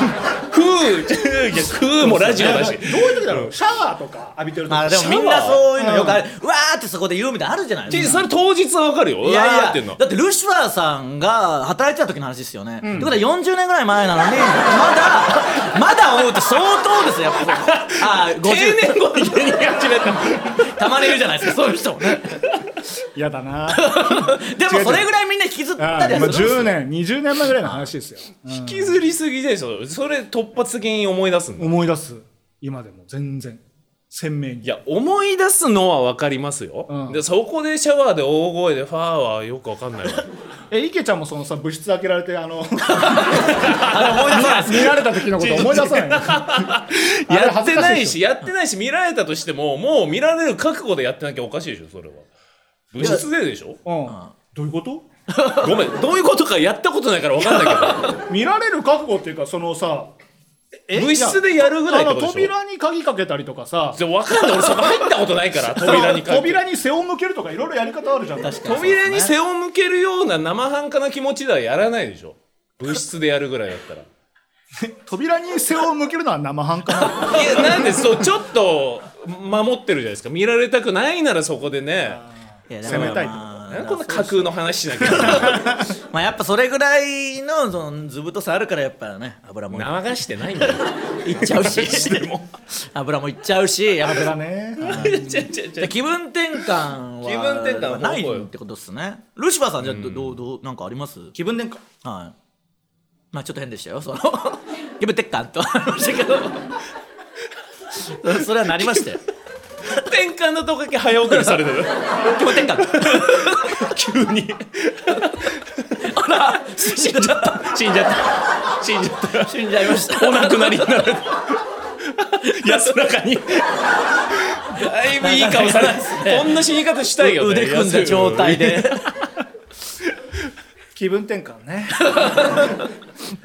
Speaker 3: 風じゃいやクーもラジオだし
Speaker 4: どういう時だろうシャワーとか浴びてる時、
Speaker 2: まあでもみんなそういうのよくある、うわーってそこで言うみたいなのあるじゃない
Speaker 3: でそれ当日はわかるよ
Speaker 2: い
Speaker 3: わー
Speaker 2: や
Speaker 3: っ
Speaker 2: い
Speaker 3: て
Speaker 2: や
Speaker 3: んの
Speaker 2: だってルシファーさんが働いてた時の話ですよね、ってことは40年ぐらい前なのにまだまだ思うって相当ですよやっぱ
Speaker 3: (laughs)
Speaker 2: ああ50
Speaker 3: 定年後に芸人始めた
Speaker 2: (laughs) たまにいるじゃないですかそういう人
Speaker 3: (laughs)
Speaker 2: もね
Speaker 4: 嫌だ (laughs) な
Speaker 2: でもそれぐらいみんな引きずったりはするんですよ
Speaker 4: 10年20年前ぐらいの話ですよ
Speaker 3: 引きずりすぎでしょそれ突発的に思い出すんだ
Speaker 4: 思い出す今でも全然鮮明に
Speaker 3: いや思い出すのはわかりますよ、
Speaker 4: うん
Speaker 3: でそこでシャワーで大声でファーはよくわかんないわ
Speaker 4: え池ちゃんもそのさ部室開けられてあ
Speaker 2: (laughs)
Speaker 4: の
Speaker 2: あの思い出さない
Speaker 3: (laughs)
Speaker 4: (laughs) 見られた時のこと思い出さ (laughs) ないあれ
Speaker 3: やっ
Speaker 4: 恥
Speaker 3: て
Speaker 4: ずか
Speaker 3: な
Speaker 4: しい
Speaker 3: い
Speaker 4: っし
Speaker 3: しやってないし見られたとしてももう見られる覚悟でやってなきゃおかしいでしょそれは部室ででしょ
Speaker 4: うんどういうこと
Speaker 3: ごめんどういうことかやったことないからわかんない
Speaker 4: 見られる覚悟っていうかそのさ
Speaker 3: けど部室でやるぐらい
Speaker 4: あ
Speaker 3: って
Speaker 4: の
Speaker 3: ことでしょ
Speaker 4: 扉に鍵かけたりとかさ
Speaker 3: (laughs) じゃわかんない俺そこ入ったことないから扉に
Speaker 4: 扉
Speaker 3: 書いて
Speaker 4: に背を向けるとかいろいろやり方あるじゃん
Speaker 2: 確かに
Speaker 3: 扉に
Speaker 2: そう
Speaker 3: 背を向けるような生半可な気持ちではやらないでしょ部室でやるぐらいだったら
Speaker 4: 扉に背を向けるのは生半
Speaker 3: (laughs)
Speaker 4: 可な
Speaker 3: いやなんでそうちょっと守ってるじゃないですか見られたくないならそこでね
Speaker 2: ですね
Speaker 4: 攻めたいってこと
Speaker 2: まあ
Speaker 3: なんでこんな架空の話しなきゃいけない
Speaker 2: まあやっぱそれぐらいのその図太さあるからやっぱね油もい
Speaker 3: の (laughs) 流してないんだ
Speaker 4: (laughs)
Speaker 3: よ
Speaker 2: っちゃうし (laughs) 油もいっちゃうしやっぱ
Speaker 4: だね
Speaker 3: 違う違う違う
Speaker 2: 気分転換は
Speaker 3: 気分転換は
Speaker 2: ない
Speaker 3: ほぼよ
Speaker 2: ってことですねルシファーさんじゃあど,、うどうどうなんかありますはい
Speaker 4: 気分転換
Speaker 2: まあちょっと変でしたよその (laughs) 気分転換と (laughs) ありましたけどそれはなりましたよ
Speaker 3: 転換のとこだけ早送りされてる
Speaker 2: 気分転換
Speaker 3: (laughs) 急に
Speaker 2: あら死んじゃった
Speaker 3: 死んじゃった死んじゃった
Speaker 2: 死んじゃいました
Speaker 3: お亡くなりになる安らかにだいぶいい顔されこんな死に方したいよ、ね、
Speaker 2: 腕組んだ状態で
Speaker 4: 気分転換ね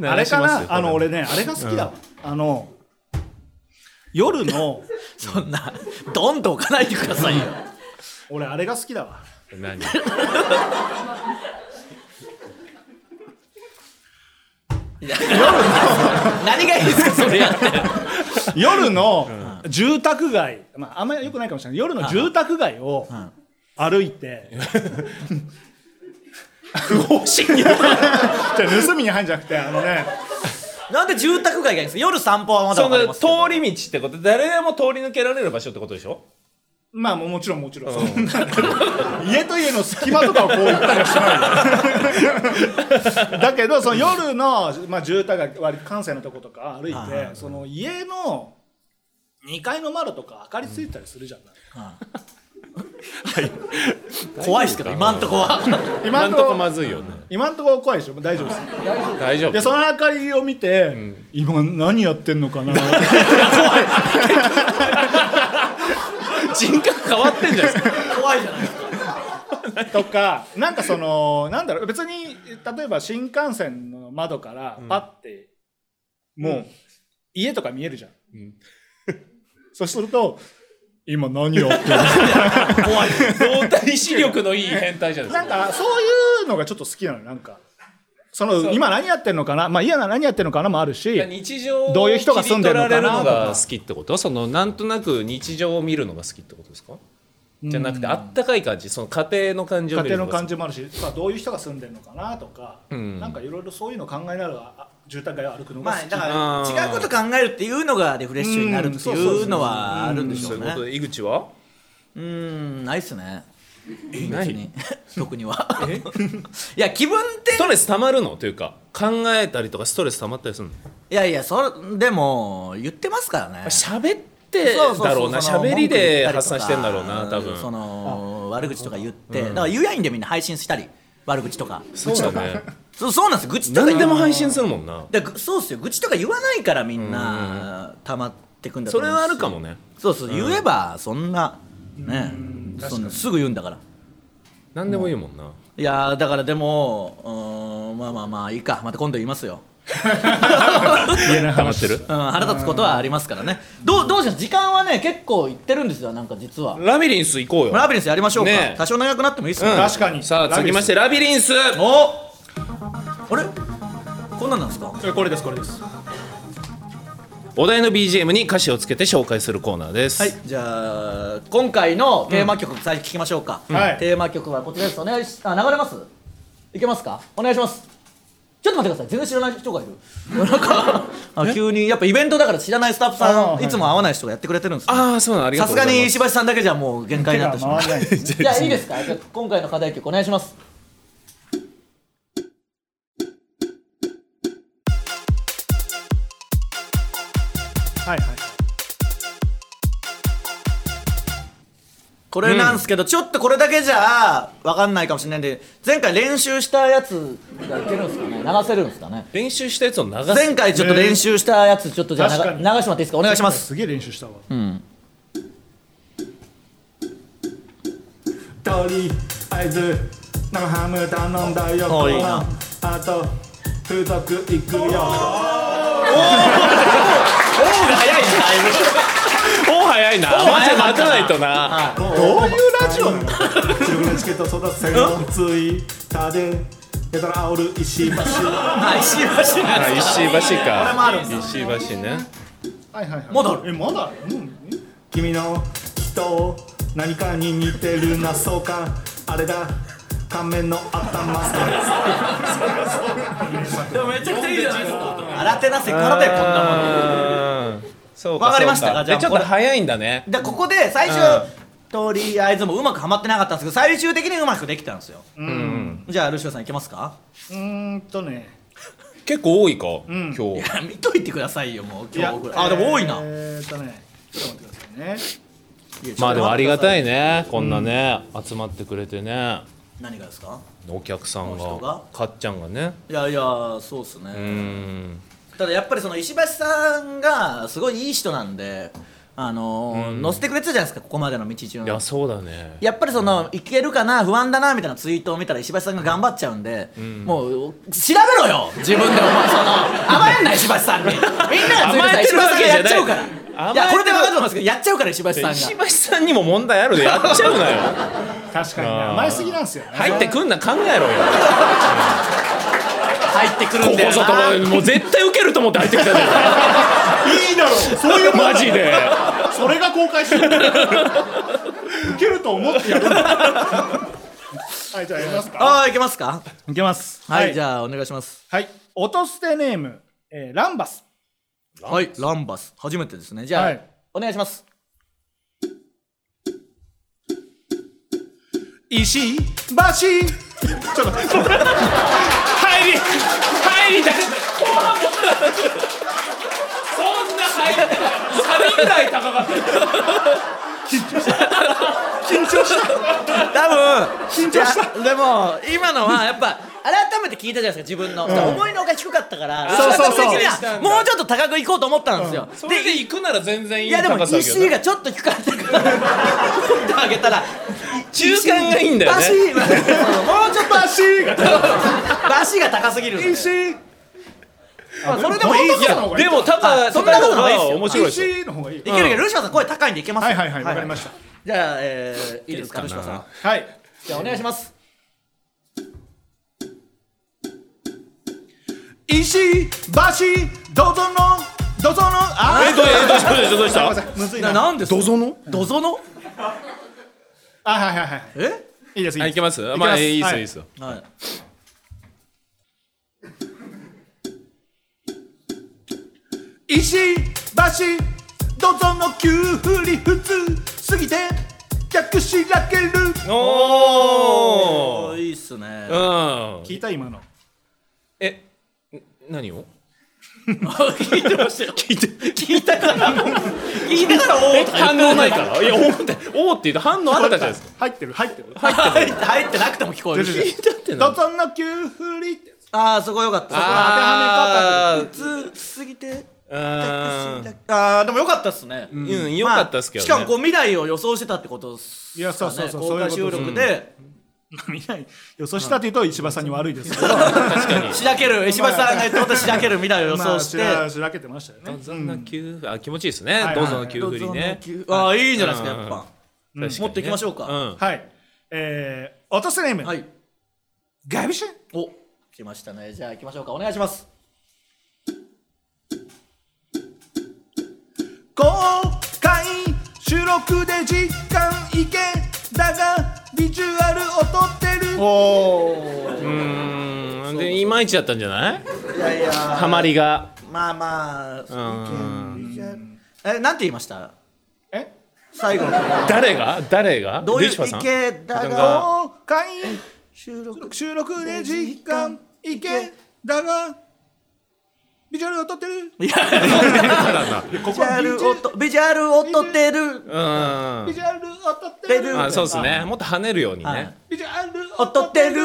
Speaker 3: 安
Speaker 4: あれかなあの
Speaker 3: 俺
Speaker 4: 俺ねあれが好きだわ、あの
Speaker 3: (laughs)
Speaker 4: 夜の
Speaker 2: そんなドンと置かないでくださいよ
Speaker 4: 俺あれが好きだわ
Speaker 3: 何
Speaker 2: 何がいいですかそれやって
Speaker 4: (laughs) 夜の住宅街、まあ、あんまり良くないかもしれない夜の住宅街を
Speaker 2: ん
Speaker 4: 歩いて、
Speaker 3: 不法侵入
Speaker 4: (laughs) じゃあ盗みに入るんじゃなくてあのね
Speaker 2: なんで住宅街がいいんですか夜散歩はま
Speaker 3: (laughs)
Speaker 2: だ
Speaker 3: そ
Speaker 2: わかりま
Speaker 3: の
Speaker 2: す
Speaker 3: 通
Speaker 2: けど
Speaker 3: り道ってこと誰でも通り抜けられる場所ってことでしょ
Speaker 4: まあもうもちろんもちろん、そんな家と家の隙間とかをこう行ったりはしないよだけどその夜の、まあ、住宅街割と関西のとことか歩いて、
Speaker 2: はいはい
Speaker 4: その家の2階の窓とか明かりついてたりするじゃん、
Speaker 2: 怖いですけど今んとこは
Speaker 3: 今
Speaker 4: 今
Speaker 3: ん
Speaker 4: ん
Speaker 3: と
Speaker 4: と
Speaker 3: こ
Speaker 4: こ
Speaker 3: まずいよね
Speaker 4: 今んとこ怖いでしょ大丈夫です
Speaker 3: 大丈夫
Speaker 4: でその明かりを見て、今何やってんのかな
Speaker 3: 人格変わってんじゃないですか
Speaker 2: 怖いじゃないですか
Speaker 4: とかなんかそのなんだろう別に例えば新幹線の窓からパッて、もう、家とか見えるじゃん、
Speaker 5: (laughs)
Speaker 3: ん
Speaker 4: そうすると今何やってんの
Speaker 3: 怖い動体視力のいい変態じゃないです
Speaker 4: な
Speaker 3: か
Speaker 4: んかそういうのがちょっと好きなのなんか
Speaker 5: その今何やってんのかなまあ嫌な何やってんのかなもあるし
Speaker 3: 日常を
Speaker 5: どういう人が住んでるのかな
Speaker 3: 切り取られるのが好きってことそのなんとなく日常を見るのが好きってことですかじゃなくてあったかい感じその家庭の感じを
Speaker 5: 家
Speaker 3: 見る
Speaker 5: 庭の
Speaker 3: が好
Speaker 5: 感
Speaker 3: き
Speaker 5: じもあるしさあどういう人が住んでるのかなとか、
Speaker 3: ん
Speaker 5: なんかいろいろそういうの考えながらあ住宅街を歩くのが
Speaker 2: ま
Speaker 5: 好
Speaker 2: あ
Speaker 5: き、
Speaker 2: だ
Speaker 3: あ
Speaker 2: か
Speaker 3: ー
Speaker 2: ら違うこと考えるっていうのがリフレッシュになるっていうのはあるんでし
Speaker 3: そ
Speaker 2: ょ
Speaker 3: ういう
Speaker 2: う
Speaker 3: こ
Speaker 2: ね
Speaker 3: とで井口は
Speaker 2: うーんないっすね
Speaker 3: な (laughs)
Speaker 2: 別
Speaker 3: い
Speaker 2: に特にはいや気分転
Speaker 3: ストレス溜まるのというか考えたりとかストレス溜まったりするの
Speaker 2: いやいやそれでも言ってますからね
Speaker 3: 喋ってだろうな
Speaker 2: そそそ
Speaker 3: 喋りで発散してんだろうな
Speaker 2: 文句
Speaker 3: 多
Speaker 2: 言ったりとか
Speaker 3: 分
Speaker 2: その悪口とか言って、だから言うやいんでみんな配信したり悪口とか
Speaker 3: そうだね
Speaker 2: そうそうなんですよ愚痴とか言
Speaker 3: (laughs) 何
Speaker 2: う
Speaker 3: でも配信するもんな
Speaker 2: だからぐそうっすよ愚痴とか言わないからみんな溜まってくんだと
Speaker 3: そ
Speaker 2: 思
Speaker 3: れ
Speaker 2: うし
Speaker 3: はあるかもね
Speaker 2: そうそう、言えばそんなねそんなすぐ言うんだから
Speaker 3: 何でもいいもんない
Speaker 2: やーだからでもうーんまあまあまあいいかまた今度言いますよ、
Speaker 3: 溜まってる
Speaker 2: うん、腹立つことはありますからねどうどうします時間はね結構いってるんですよなんか実は
Speaker 3: ラビリンス行こうよ
Speaker 2: ラビリンスやりましょうか、
Speaker 3: ねえ
Speaker 2: 多少長くなってもいいっすよ、
Speaker 3: うん
Speaker 2: ね
Speaker 5: 確かに
Speaker 3: さ
Speaker 5: ラ
Speaker 3: あ
Speaker 5: ビ
Speaker 3: 続
Speaker 5: リ
Speaker 3: き
Speaker 5: ンス
Speaker 3: ましてラビリンス
Speaker 2: おあれこんなんなんですか
Speaker 5: えこれですこれです
Speaker 3: お題の BGM に歌詞をつけて紹介するコーナーです、
Speaker 2: はいじゃあ今回のテーマ曲、最初聞きましょうか、
Speaker 5: はい
Speaker 2: テーマ曲はこちらですお願いしあ流れますいけますかお願いしますちょっと待ってください全然知らない人がいるなん
Speaker 5: (laughs)
Speaker 2: かあ急にやっぱイベントだから知らないスタッフ
Speaker 5: あ
Speaker 2: さ
Speaker 5: は
Speaker 2: ん
Speaker 5: い
Speaker 2: いつも会わない人がやってくれてるんですね
Speaker 3: ああそうなのありが
Speaker 2: さ
Speaker 3: と
Speaker 2: す
Speaker 3: うご
Speaker 2: が
Speaker 3: ざい
Speaker 2: に
Speaker 3: ます
Speaker 2: 石橋さんだけじゃもう限界になってしまう
Speaker 5: 手が回らないです
Speaker 2: じゃあいいですかじゃあ今回の課題曲お願いします
Speaker 5: はいはい
Speaker 2: これなんですけど、ちょっとこれだけじゃわかんないかもしれないんで前回練習したやつがいけるんですかね流せるんですかね
Speaker 3: 練習したやつを流す
Speaker 2: 前回ちょっと練習したやつちょっとじゃあ流,、
Speaker 5: 確かに
Speaker 2: 流してもらっていいですかお願いします
Speaker 5: すげえ練習したわ、
Speaker 8: とりあえず生ハム頼んだよ
Speaker 2: おーいいな
Speaker 8: あと風俗行くよ
Speaker 3: おお早いなおお早いな
Speaker 2: 早か
Speaker 3: 待
Speaker 2: った
Speaker 3: て
Speaker 2: な
Speaker 3: 待たないとな
Speaker 8: どういうラジオなの白黒チケット争奪戦のツイッターでやたら煽る石橋
Speaker 2: はい石橋の
Speaker 3: あ
Speaker 2: や
Speaker 3: 石橋
Speaker 2: これもある
Speaker 3: か
Speaker 2: んだ
Speaker 3: 石橋ね
Speaker 5: はいはいはい
Speaker 2: まだある
Speaker 5: えまだある、うん、
Speaker 8: 君の人を何かに似てるなそうかあれだ仮面の頭
Speaker 2: つでもめちゃくちゃいいじゃないですか新手なせっからだよこんなもん
Speaker 3: あーそうか
Speaker 2: わかりました
Speaker 3: そう
Speaker 2: じゃあ
Speaker 3: でちょっ
Speaker 2: ことれ
Speaker 3: 早いんだね
Speaker 2: (laughs) でここで最初、
Speaker 3: うん
Speaker 2: とりあえずもううまくはまってなかったんですけど最終的にうまくできたんですよ、
Speaker 3: うん
Speaker 2: じゃあルシオさんいけますか
Speaker 5: うーんとね
Speaker 3: 結構多いか今日
Speaker 2: いや見といてくださいよもう
Speaker 5: い
Speaker 2: 今日ぐらいあでも多いな、
Speaker 5: えー、とねちょっと待ってくださいね
Speaker 2: いや
Speaker 3: まあでもありがた
Speaker 2: い
Speaker 3: いねこんなね集まってくれてね
Speaker 2: 何がですか
Speaker 3: お客さん
Speaker 2: この人
Speaker 3: が
Speaker 2: が
Speaker 3: かっちゃんがね
Speaker 2: いやいやそうっすね、
Speaker 3: うん
Speaker 2: ただやっぱりその石橋さんがすごいいい人なんであのー乗せてくれてたじゃないですかここまでの道順
Speaker 3: いやそうだね
Speaker 2: やっぱりそのいけるかな不安だなみたいなツイートを見たら石橋さんが頑張っちゃうんで、もう調べろよ自分でお前その甘えんな石橋さんにみんなが
Speaker 3: 甘えて
Speaker 2: ついて
Speaker 3: るわけじゃない
Speaker 2: やっちゃうからいや
Speaker 3: 甘えてる
Speaker 2: これで分かると思うんですけどやっちゃうから (laughs) 石橋さんが
Speaker 3: 石橋さんにも問題あるでやっちゃうなよ
Speaker 5: 確かに
Speaker 3: あー
Speaker 5: ね甘えすぎなんですよね
Speaker 3: 入ってくんな考えろよ
Speaker 2: 入ってくる
Speaker 3: こ
Speaker 2: んだ
Speaker 3: こ
Speaker 2: よ
Speaker 3: ぞ
Speaker 2: な
Speaker 3: とももう絶対ウケると思って入ってきたじゃ
Speaker 5: いいだろうそういうもん
Speaker 3: んマジで
Speaker 5: それが公開してる受けると思ってやるんだはいじゃあやりますか
Speaker 2: ああいけますか
Speaker 5: いけます
Speaker 2: はい、じゃあお願いします
Speaker 5: はい音捨てネーム、えー、ランバス
Speaker 2: はいランバス初めてですねじゃあ、
Speaker 5: はい
Speaker 2: お願いします
Speaker 5: 石橋ちょっと待って
Speaker 3: 入り入りたいそんな入りたいサビぐらい高かった
Speaker 2: 多分緊張したでも今のはやっぱ改めて聞いたじゃないですか自分の、思いのほか低かったから
Speaker 3: そうそうそう
Speaker 2: 自分的にはもうちょっと高くいこうと思ったんですよ、
Speaker 3: そ
Speaker 2: で
Speaker 3: れで行くなら全然いい
Speaker 2: いやでも
Speaker 3: 高さだけど
Speaker 2: 石
Speaker 3: ね
Speaker 2: がちょっと低かったから打ってあげたら
Speaker 3: 中間がいいんだよね
Speaker 2: バシーもうちょっとバシーがバシーが高すぎるんで
Speaker 5: 石
Speaker 2: まあそれでもいい
Speaker 5: い
Speaker 2: ですよ
Speaker 5: や
Speaker 3: でも高
Speaker 2: あそん
Speaker 3: 高
Speaker 2: な
Speaker 3: い
Speaker 2: こと
Speaker 3: 方
Speaker 2: ないっ
Speaker 3: が
Speaker 2: すよ
Speaker 3: 面白いですよ
Speaker 5: の方がいい
Speaker 2: いけるけどルシファーさん声高いんでいけます
Speaker 5: は
Speaker 2: よ
Speaker 5: いはいはいわかりました
Speaker 2: じゃあえーいいですかルシファーさん
Speaker 5: はい
Speaker 2: じゃあお願いします
Speaker 4: 石橋どぞのどぞのあ
Speaker 3: えどうえどうしたどうしたどうしたどうし
Speaker 2: ななんですどぞのどぞの
Speaker 4: あはいはいはい
Speaker 2: え
Speaker 4: いいですいい
Speaker 3: たあい
Speaker 4: です
Speaker 3: けますまあ
Speaker 4: ます
Speaker 3: いいっす
Speaker 4: は
Speaker 3: よい
Speaker 4: い
Speaker 3: いっすよ
Speaker 2: はい
Speaker 4: 石橋どぞの急振り普通すぎて逆しらける
Speaker 3: お
Speaker 2: あ
Speaker 3: ー
Speaker 2: いいっすね
Speaker 3: うん
Speaker 4: 聞いた今の
Speaker 3: えん何を
Speaker 2: 聞いてましたよ聞いて聞いたから聞いたからおお
Speaker 3: 反応ないからいやおーっておーって言って反応あったじゃないですか
Speaker 4: 入ってる入ってる
Speaker 2: 入って入ってなくても聞こえるし
Speaker 4: どぞの急振り
Speaker 2: ああそこよかった
Speaker 3: あー
Speaker 2: そこ当てはめ方普通すぎて
Speaker 3: あー
Speaker 2: あーでもよかったっすね、
Speaker 3: うん良かったっすけどね
Speaker 2: まあしかもこう未来を予想してたってことっす
Speaker 4: いやそうそうそ
Speaker 2: ね
Speaker 4: うそう
Speaker 2: 公
Speaker 4: いう
Speaker 2: 開
Speaker 4: こと
Speaker 2: 収録で、
Speaker 4: 見ない予想したというと石破さんに悪いですけど
Speaker 3: 確かに
Speaker 2: しらける石橋さんが言ったことしらける未来を予
Speaker 4: ま
Speaker 2: 想
Speaker 4: あ
Speaker 2: し、
Speaker 4: してらしらけてましたよね
Speaker 3: どんな急あ気持ちいいですね、
Speaker 4: い
Speaker 3: どうぞの急振りね
Speaker 2: ああいいんじゃないですか
Speaker 3: うん
Speaker 2: やっぱ、
Speaker 3: 確かにね
Speaker 2: 持っていきましょうか
Speaker 3: ん
Speaker 4: はいえー、落とせネーム、
Speaker 2: はい
Speaker 4: ガビシュン
Speaker 2: お来ましたねじゃあ行きましょうかお願いします
Speaker 4: 公開収録で時間いけだがビジュアル劣ってる
Speaker 3: うんでいまいちだったんじゃない
Speaker 2: いやいや
Speaker 3: ハマりが
Speaker 2: まあまあ
Speaker 3: う、ん
Speaker 2: えなんて言いました
Speaker 4: え
Speaker 2: 最後の
Speaker 3: 誰が誰が
Speaker 2: どうい
Speaker 3: ルシファーさ
Speaker 2: うんけだが
Speaker 4: 公開
Speaker 2: 収録
Speaker 4: 収録で時間いけだがビジュアル劣ってる
Speaker 2: いやビジュアル音ビジュアル音てる
Speaker 3: うん
Speaker 4: ビジュアル劣って
Speaker 2: て
Speaker 4: る
Speaker 2: る
Speaker 3: あそうですねもっと跳ねるようにね、
Speaker 2: はい
Speaker 4: ビジュアル劣
Speaker 2: 音てる、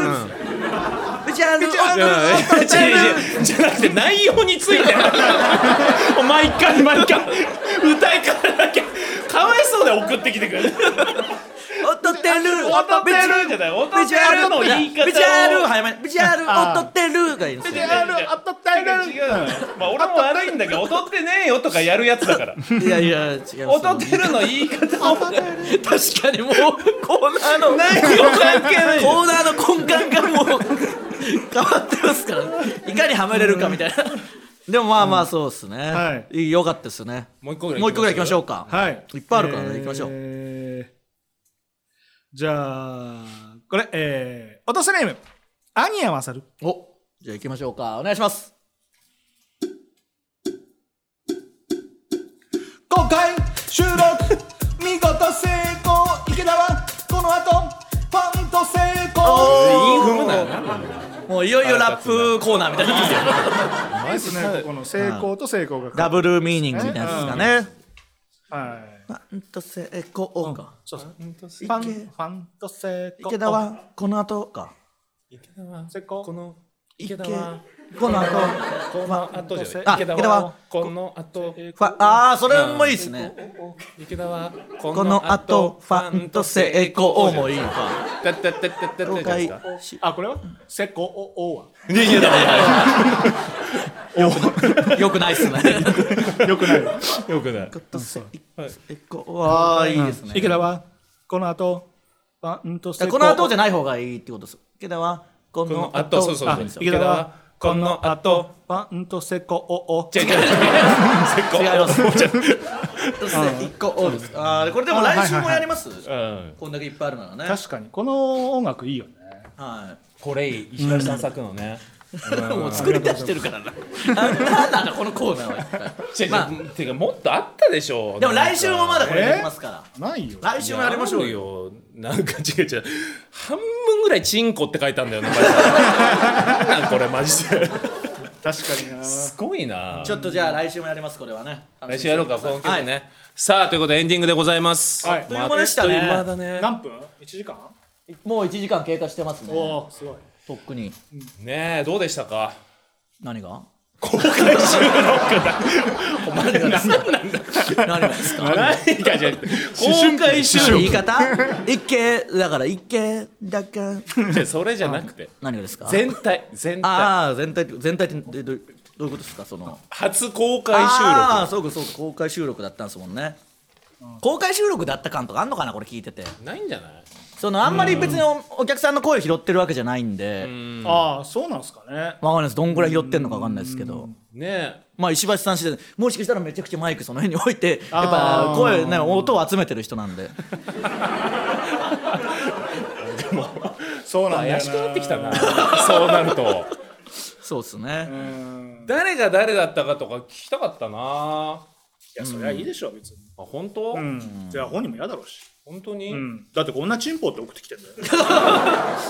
Speaker 2: ビジュアル
Speaker 3: いやいや違う違うじゃなくて内容について毎回毎回歌いからなきゃかわいそうだよ送ってきてくれる
Speaker 2: 音てる
Speaker 3: 踊ってるじゃない踊
Speaker 2: ビ
Speaker 3: っ
Speaker 2: ジ
Speaker 3: て
Speaker 2: ュア
Speaker 3: るの
Speaker 2: ルの
Speaker 3: 言い方を
Speaker 2: ビジュアル早めビジュアル音てるがいいですよ
Speaker 3: 違う違う
Speaker 4: 当たってる
Speaker 3: 違うまあ俺も悪いんだけど踊ってねえよとかやるやつだから
Speaker 2: いやいや違う
Speaker 3: 踊ってるの言い方を
Speaker 2: 確かにもうコーナーの
Speaker 3: 内容関係ない
Speaker 2: コーナーの根幹がもう変わってますからいかにはめれるかみたいなでもまあまあそうですね、、
Speaker 4: はい
Speaker 2: よかったですね
Speaker 3: もう一個ぐらい
Speaker 2: もう一個ぐらい行きましょ
Speaker 3: う
Speaker 2: うか、
Speaker 4: はい
Speaker 2: いっぱいあるからね行きましょう
Speaker 4: えーじゃあこれえー、落とせネームアニヤマサル
Speaker 2: おじゃあ行きましょうかお願いします
Speaker 4: 公開収録見事成功池田はこの後パンと成功
Speaker 3: 韻踏むなよな
Speaker 2: もういよいよラップコーナーみたいになってきてる
Speaker 4: いいですねここの成功と成功が
Speaker 2: ダブルミーニングみたいなやつですかね
Speaker 4: はい
Speaker 2: パンと成功か、
Speaker 4: パンファンと成功
Speaker 2: 池田はこの後か
Speaker 3: 池田は
Speaker 4: 成功
Speaker 3: この
Speaker 2: 池
Speaker 3: 池田は
Speaker 2: この後
Speaker 3: この後じゃ
Speaker 2: あ
Speaker 3: ない池田
Speaker 2: 池田
Speaker 3: は
Speaker 2: は
Speaker 3: この後
Speaker 2: ファああそれもいいですね
Speaker 3: 池田は
Speaker 2: この後ファンと成功もいいのか
Speaker 3: だだだだだ
Speaker 2: 了解し
Speaker 4: あこれは成功おおはい
Speaker 3: やいやだか
Speaker 2: よくないっすね。
Speaker 4: よくないわ
Speaker 3: らよくない
Speaker 2: えこわあいいですね。
Speaker 4: 池田はこの後パンと
Speaker 2: だ
Speaker 4: 成
Speaker 2: から
Speaker 4: 功
Speaker 2: この後じゃない方がいいってことです。池田はこ
Speaker 3: こ
Speaker 2: の
Speaker 3: の
Speaker 2: 後
Speaker 3: 後そうそうそう
Speaker 4: 池田は
Speaker 3: この後
Speaker 4: パンと成功おお
Speaker 3: 違う違う違う成功
Speaker 2: 違います。一個オールです。ああこれでも来週もやります。
Speaker 3: うん
Speaker 2: こんだけいっぱいあるならね。
Speaker 4: 確かにこの音楽いいよね
Speaker 2: は
Speaker 3: これいい石原さん作のね
Speaker 2: い。 (laughs) もう作り出してるからな。なんなんだこのコーナーは一
Speaker 3: 違う
Speaker 2: 体。まあ
Speaker 3: 違うてかもっとあったでしょ
Speaker 2: でも来週もまだこれ
Speaker 4: え
Speaker 2: やりますから。
Speaker 4: ないよ
Speaker 2: 来週もやりましょうよ。
Speaker 3: よなんか違う違う半分ぐらいチンコって書いたんだよな (laughs) マジでなんなんこれマジで
Speaker 4: 確かにな
Speaker 3: すごいな
Speaker 2: ちょっとじゃあ来週もやりますこれはね。
Speaker 3: 来週やろうかこの曲
Speaker 2: はい
Speaker 3: ね、さあということでエンディングでございます
Speaker 4: はい
Speaker 2: あっという間でしたね
Speaker 3: あっという間だね
Speaker 4: 何分 ?1 時間
Speaker 2: もう一時間経過してますね。
Speaker 4: おすごい
Speaker 2: とっくに
Speaker 3: ねえどうでしたか
Speaker 2: 何が？
Speaker 3: 公開収録だ
Speaker 2: 何がですか何がですか
Speaker 3: 何かじゃなくて (laughs) 公開収
Speaker 2: 言い
Speaker 3: 録
Speaker 2: 方一軒だから一軒だから
Speaker 3: じゃそれじゃなくて
Speaker 2: 何がですか
Speaker 3: 全体全体
Speaker 2: ああ全体って全体ってどどういうことですかその
Speaker 3: 初公開収
Speaker 2: ああ
Speaker 3: 録
Speaker 2: そうかそうか公開収録だったんですもんね公開収録だった感とかあんのかなこれ聞いてて
Speaker 3: ないんじゃない
Speaker 2: そのあんまり別におお客さんの声を拾ってるわけじゃないんで、
Speaker 4: ああそうなんですかね
Speaker 2: わかんないですどんぐらい拾ってんのかわかんないですけど、
Speaker 3: ね
Speaker 2: まあ石橋さん次第でもしかしたらめちゃくちゃマイクその辺に置いてやっぱ声ね音を集めてる人なんで
Speaker 4: そうなんだよな
Speaker 3: 怪しくなってきたなそうなると
Speaker 2: そうっすね、
Speaker 3: 誰が誰だったかとか聞きたかったなあ
Speaker 4: いやそりゃいいでしょ別に
Speaker 3: 本当、
Speaker 4: うんじゃあ本人も嫌だろうし
Speaker 3: 本当に、
Speaker 4: うんだってこんなチンポって送ってきてんだよ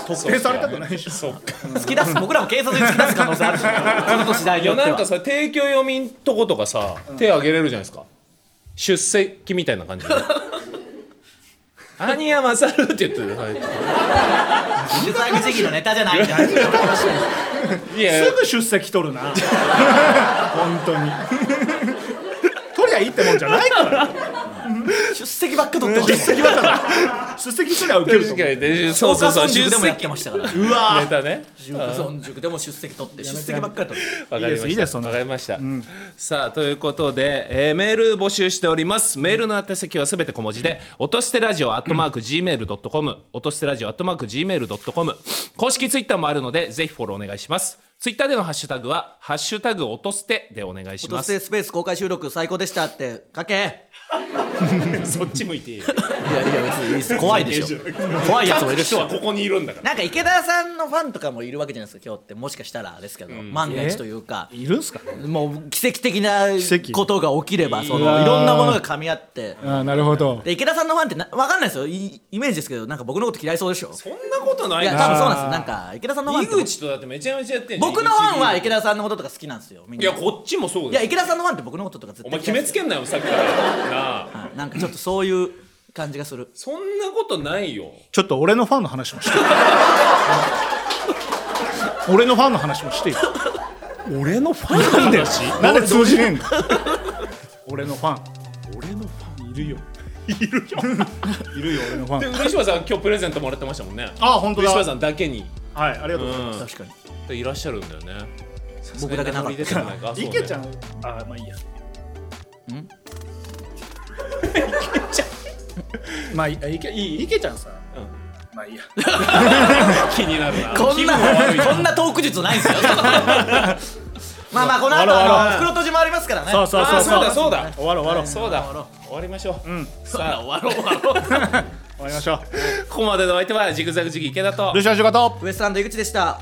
Speaker 4: 特定されたくないでしょ
Speaker 3: そうか
Speaker 2: 突き出す僕らも警察に突き出す可能性あ (laughs) るしこの年代
Speaker 3: い
Speaker 2: によ
Speaker 3: や
Speaker 2: っては
Speaker 3: なんかさ提供読みんとことかさ、手挙げれるじゃないですか出席みたいな感 (laughs) じで「兄やまさる」って言ってる、は
Speaker 2: 出産時期のネタじゃないんだよ
Speaker 3: い、いや
Speaker 4: すぐ出席取るな本当に取りゃいいってもんじゃないから
Speaker 2: 出席ばっか取ってほしい
Speaker 4: 出席すりゃ受けると
Speaker 3: 確
Speaker 4: 思
Speaker 3: か
Speaker 4: う
Speaker 3: にでそうそうそう出
Speaker 2: 塾でもやっ
Speaker 3: 席
Speaker 2: てましたから
Speaker 4: うわ
Speaker 3: ネタね
Speaker 2: そう塾でも出席取って出席ばっかり取って
Speaker 3: わかりました
Speaker 5: いいですそんな
Speaker 3: わかりました、さあということで、えーメール募集しておりますメールの宛先はすべて小文字で落としてラジオアットマーク Gmail.com 落としてラジオアットマーク Gmail.com 公式ツイッターもあるのでぜひフォローお願いしますツイッターでのハッシュタグは「ハッシュタグ落として」でお願いし
Speaker 2: 「ド
Speaker 3: ま
Speaker 2: ステ
Speaker 3: す
Speaker 2: スペース公開収録最高でした」って書け
Speaker 3: そっち向いて
Speaker 2: (laughs)
Speaker 3: いいよ
Speaker 2: いやいや別にいいっす怖いでしょ怖
Speaker 3: (laughs)
Speaker 2: いやつもいるっし
Speaker 3: 人は
Speaker 2: ょ
Speaker 3: ここにいるんだから
Speaker 2: なんか池田さんのファンとかもいるわけじゃないですか今日ってもしかしたらですけど、万が一というか
Speaker 5: いるんすかね
Speaker 2: もう奇跡的な
Speaker 5: 奇跡
Speaker 2: ことが起きればそ
Speaker 5: わ
Speaker 2: の
Speaker 5: ー
Speaker 2: いろんなものが噛み合って
Speaker 5: ああなるほど
Speaker 2: で池田さんのファンってなわかんないですよいイメージですけどなんか僕のこと嫌いそうでしょ
Speaker 3: そんなことないい
Speaker 2: や
Speaker 3: で
Speaker 2: 多分
Speaker 3: し
Speaker 2: そうなんですよなんか池田さんのファンって
Speaker 3: ょ井口とだってめちゃめちゃやってんじゃん
Speaker 2: 僕のファンは
Speaker 3: 井
Speaker 2: 池田さんのこととか好きなんですよみん
Speaker 3: 口
Speaker 2: ない
Speaker 3: いやこっちもそう
Speaker 2: や
Speaker 3: です
Speaker 2: 池田さんのファンって僕のこととか絶
Speaker 3: お
Speaker 2: 対
Speaker 3: 前決めつけんなよさっきからなあ
Speaker 2: はいなんかちょっとそういう感じがする
Speaker 3: そんなことないよ
Speaker 5: ちょっと俺のファンの話もして (laughs) 俺のファンの話もしてよ
Speaker 3: 俺のファンなんだよ
Speaker 5: なんで通じねえんだ (laughs) 俺のファン (laughs) 俺のファンいるよいるよいるよ俺のファン
Speaker 3: で漆島さん今日プレゼントもらってましたもんね
Speaker 5: ああ本当
Speaker 3: 漆
Speaker 5: だ
Speaker 3: 島さんだけに
Speaker 5: はいありがとうございます、
Speaker 2: 確かに
Speaker 3: でいらっしゃるんだよね
Speaker 2: 僕だけなかった
Speaker 3: さすがに名乗り出てこないか
Speaker 5: 池ちゃ
Speaker 3: ん
Speaker 5: んああまあいいや (laughs) (laughs)
Speaker 4: まあいいけいいいけちゃんさ、まあいいや
Speaker 3: (laughs) 気になるな
Speaker 2: こんなこんなトーク術ない
Speaker 5: (laughs)
Speaker 2: んですよまあまあこの後あの袋閉じもありますからね
Speaker 5: そうそう
Speaker 3: あ
Speaker 5: そ
Speaker 3: ー
Speaker 5: う
Speaker 3: そうだ
Speaker 5: う
Speaker 3: そうだ
Speaker 5: 終わろう終わろう
Speaker 3: そうだ終わりましょうさあ (laughs) 終わろう
Speaker 5: 終わりましょう
Speaker 3: (laughs) ここまでのお相手はジグザグジギ池田と
Speaker 5: ルシアン仕事
Speaker 2: ウエストランド井口でした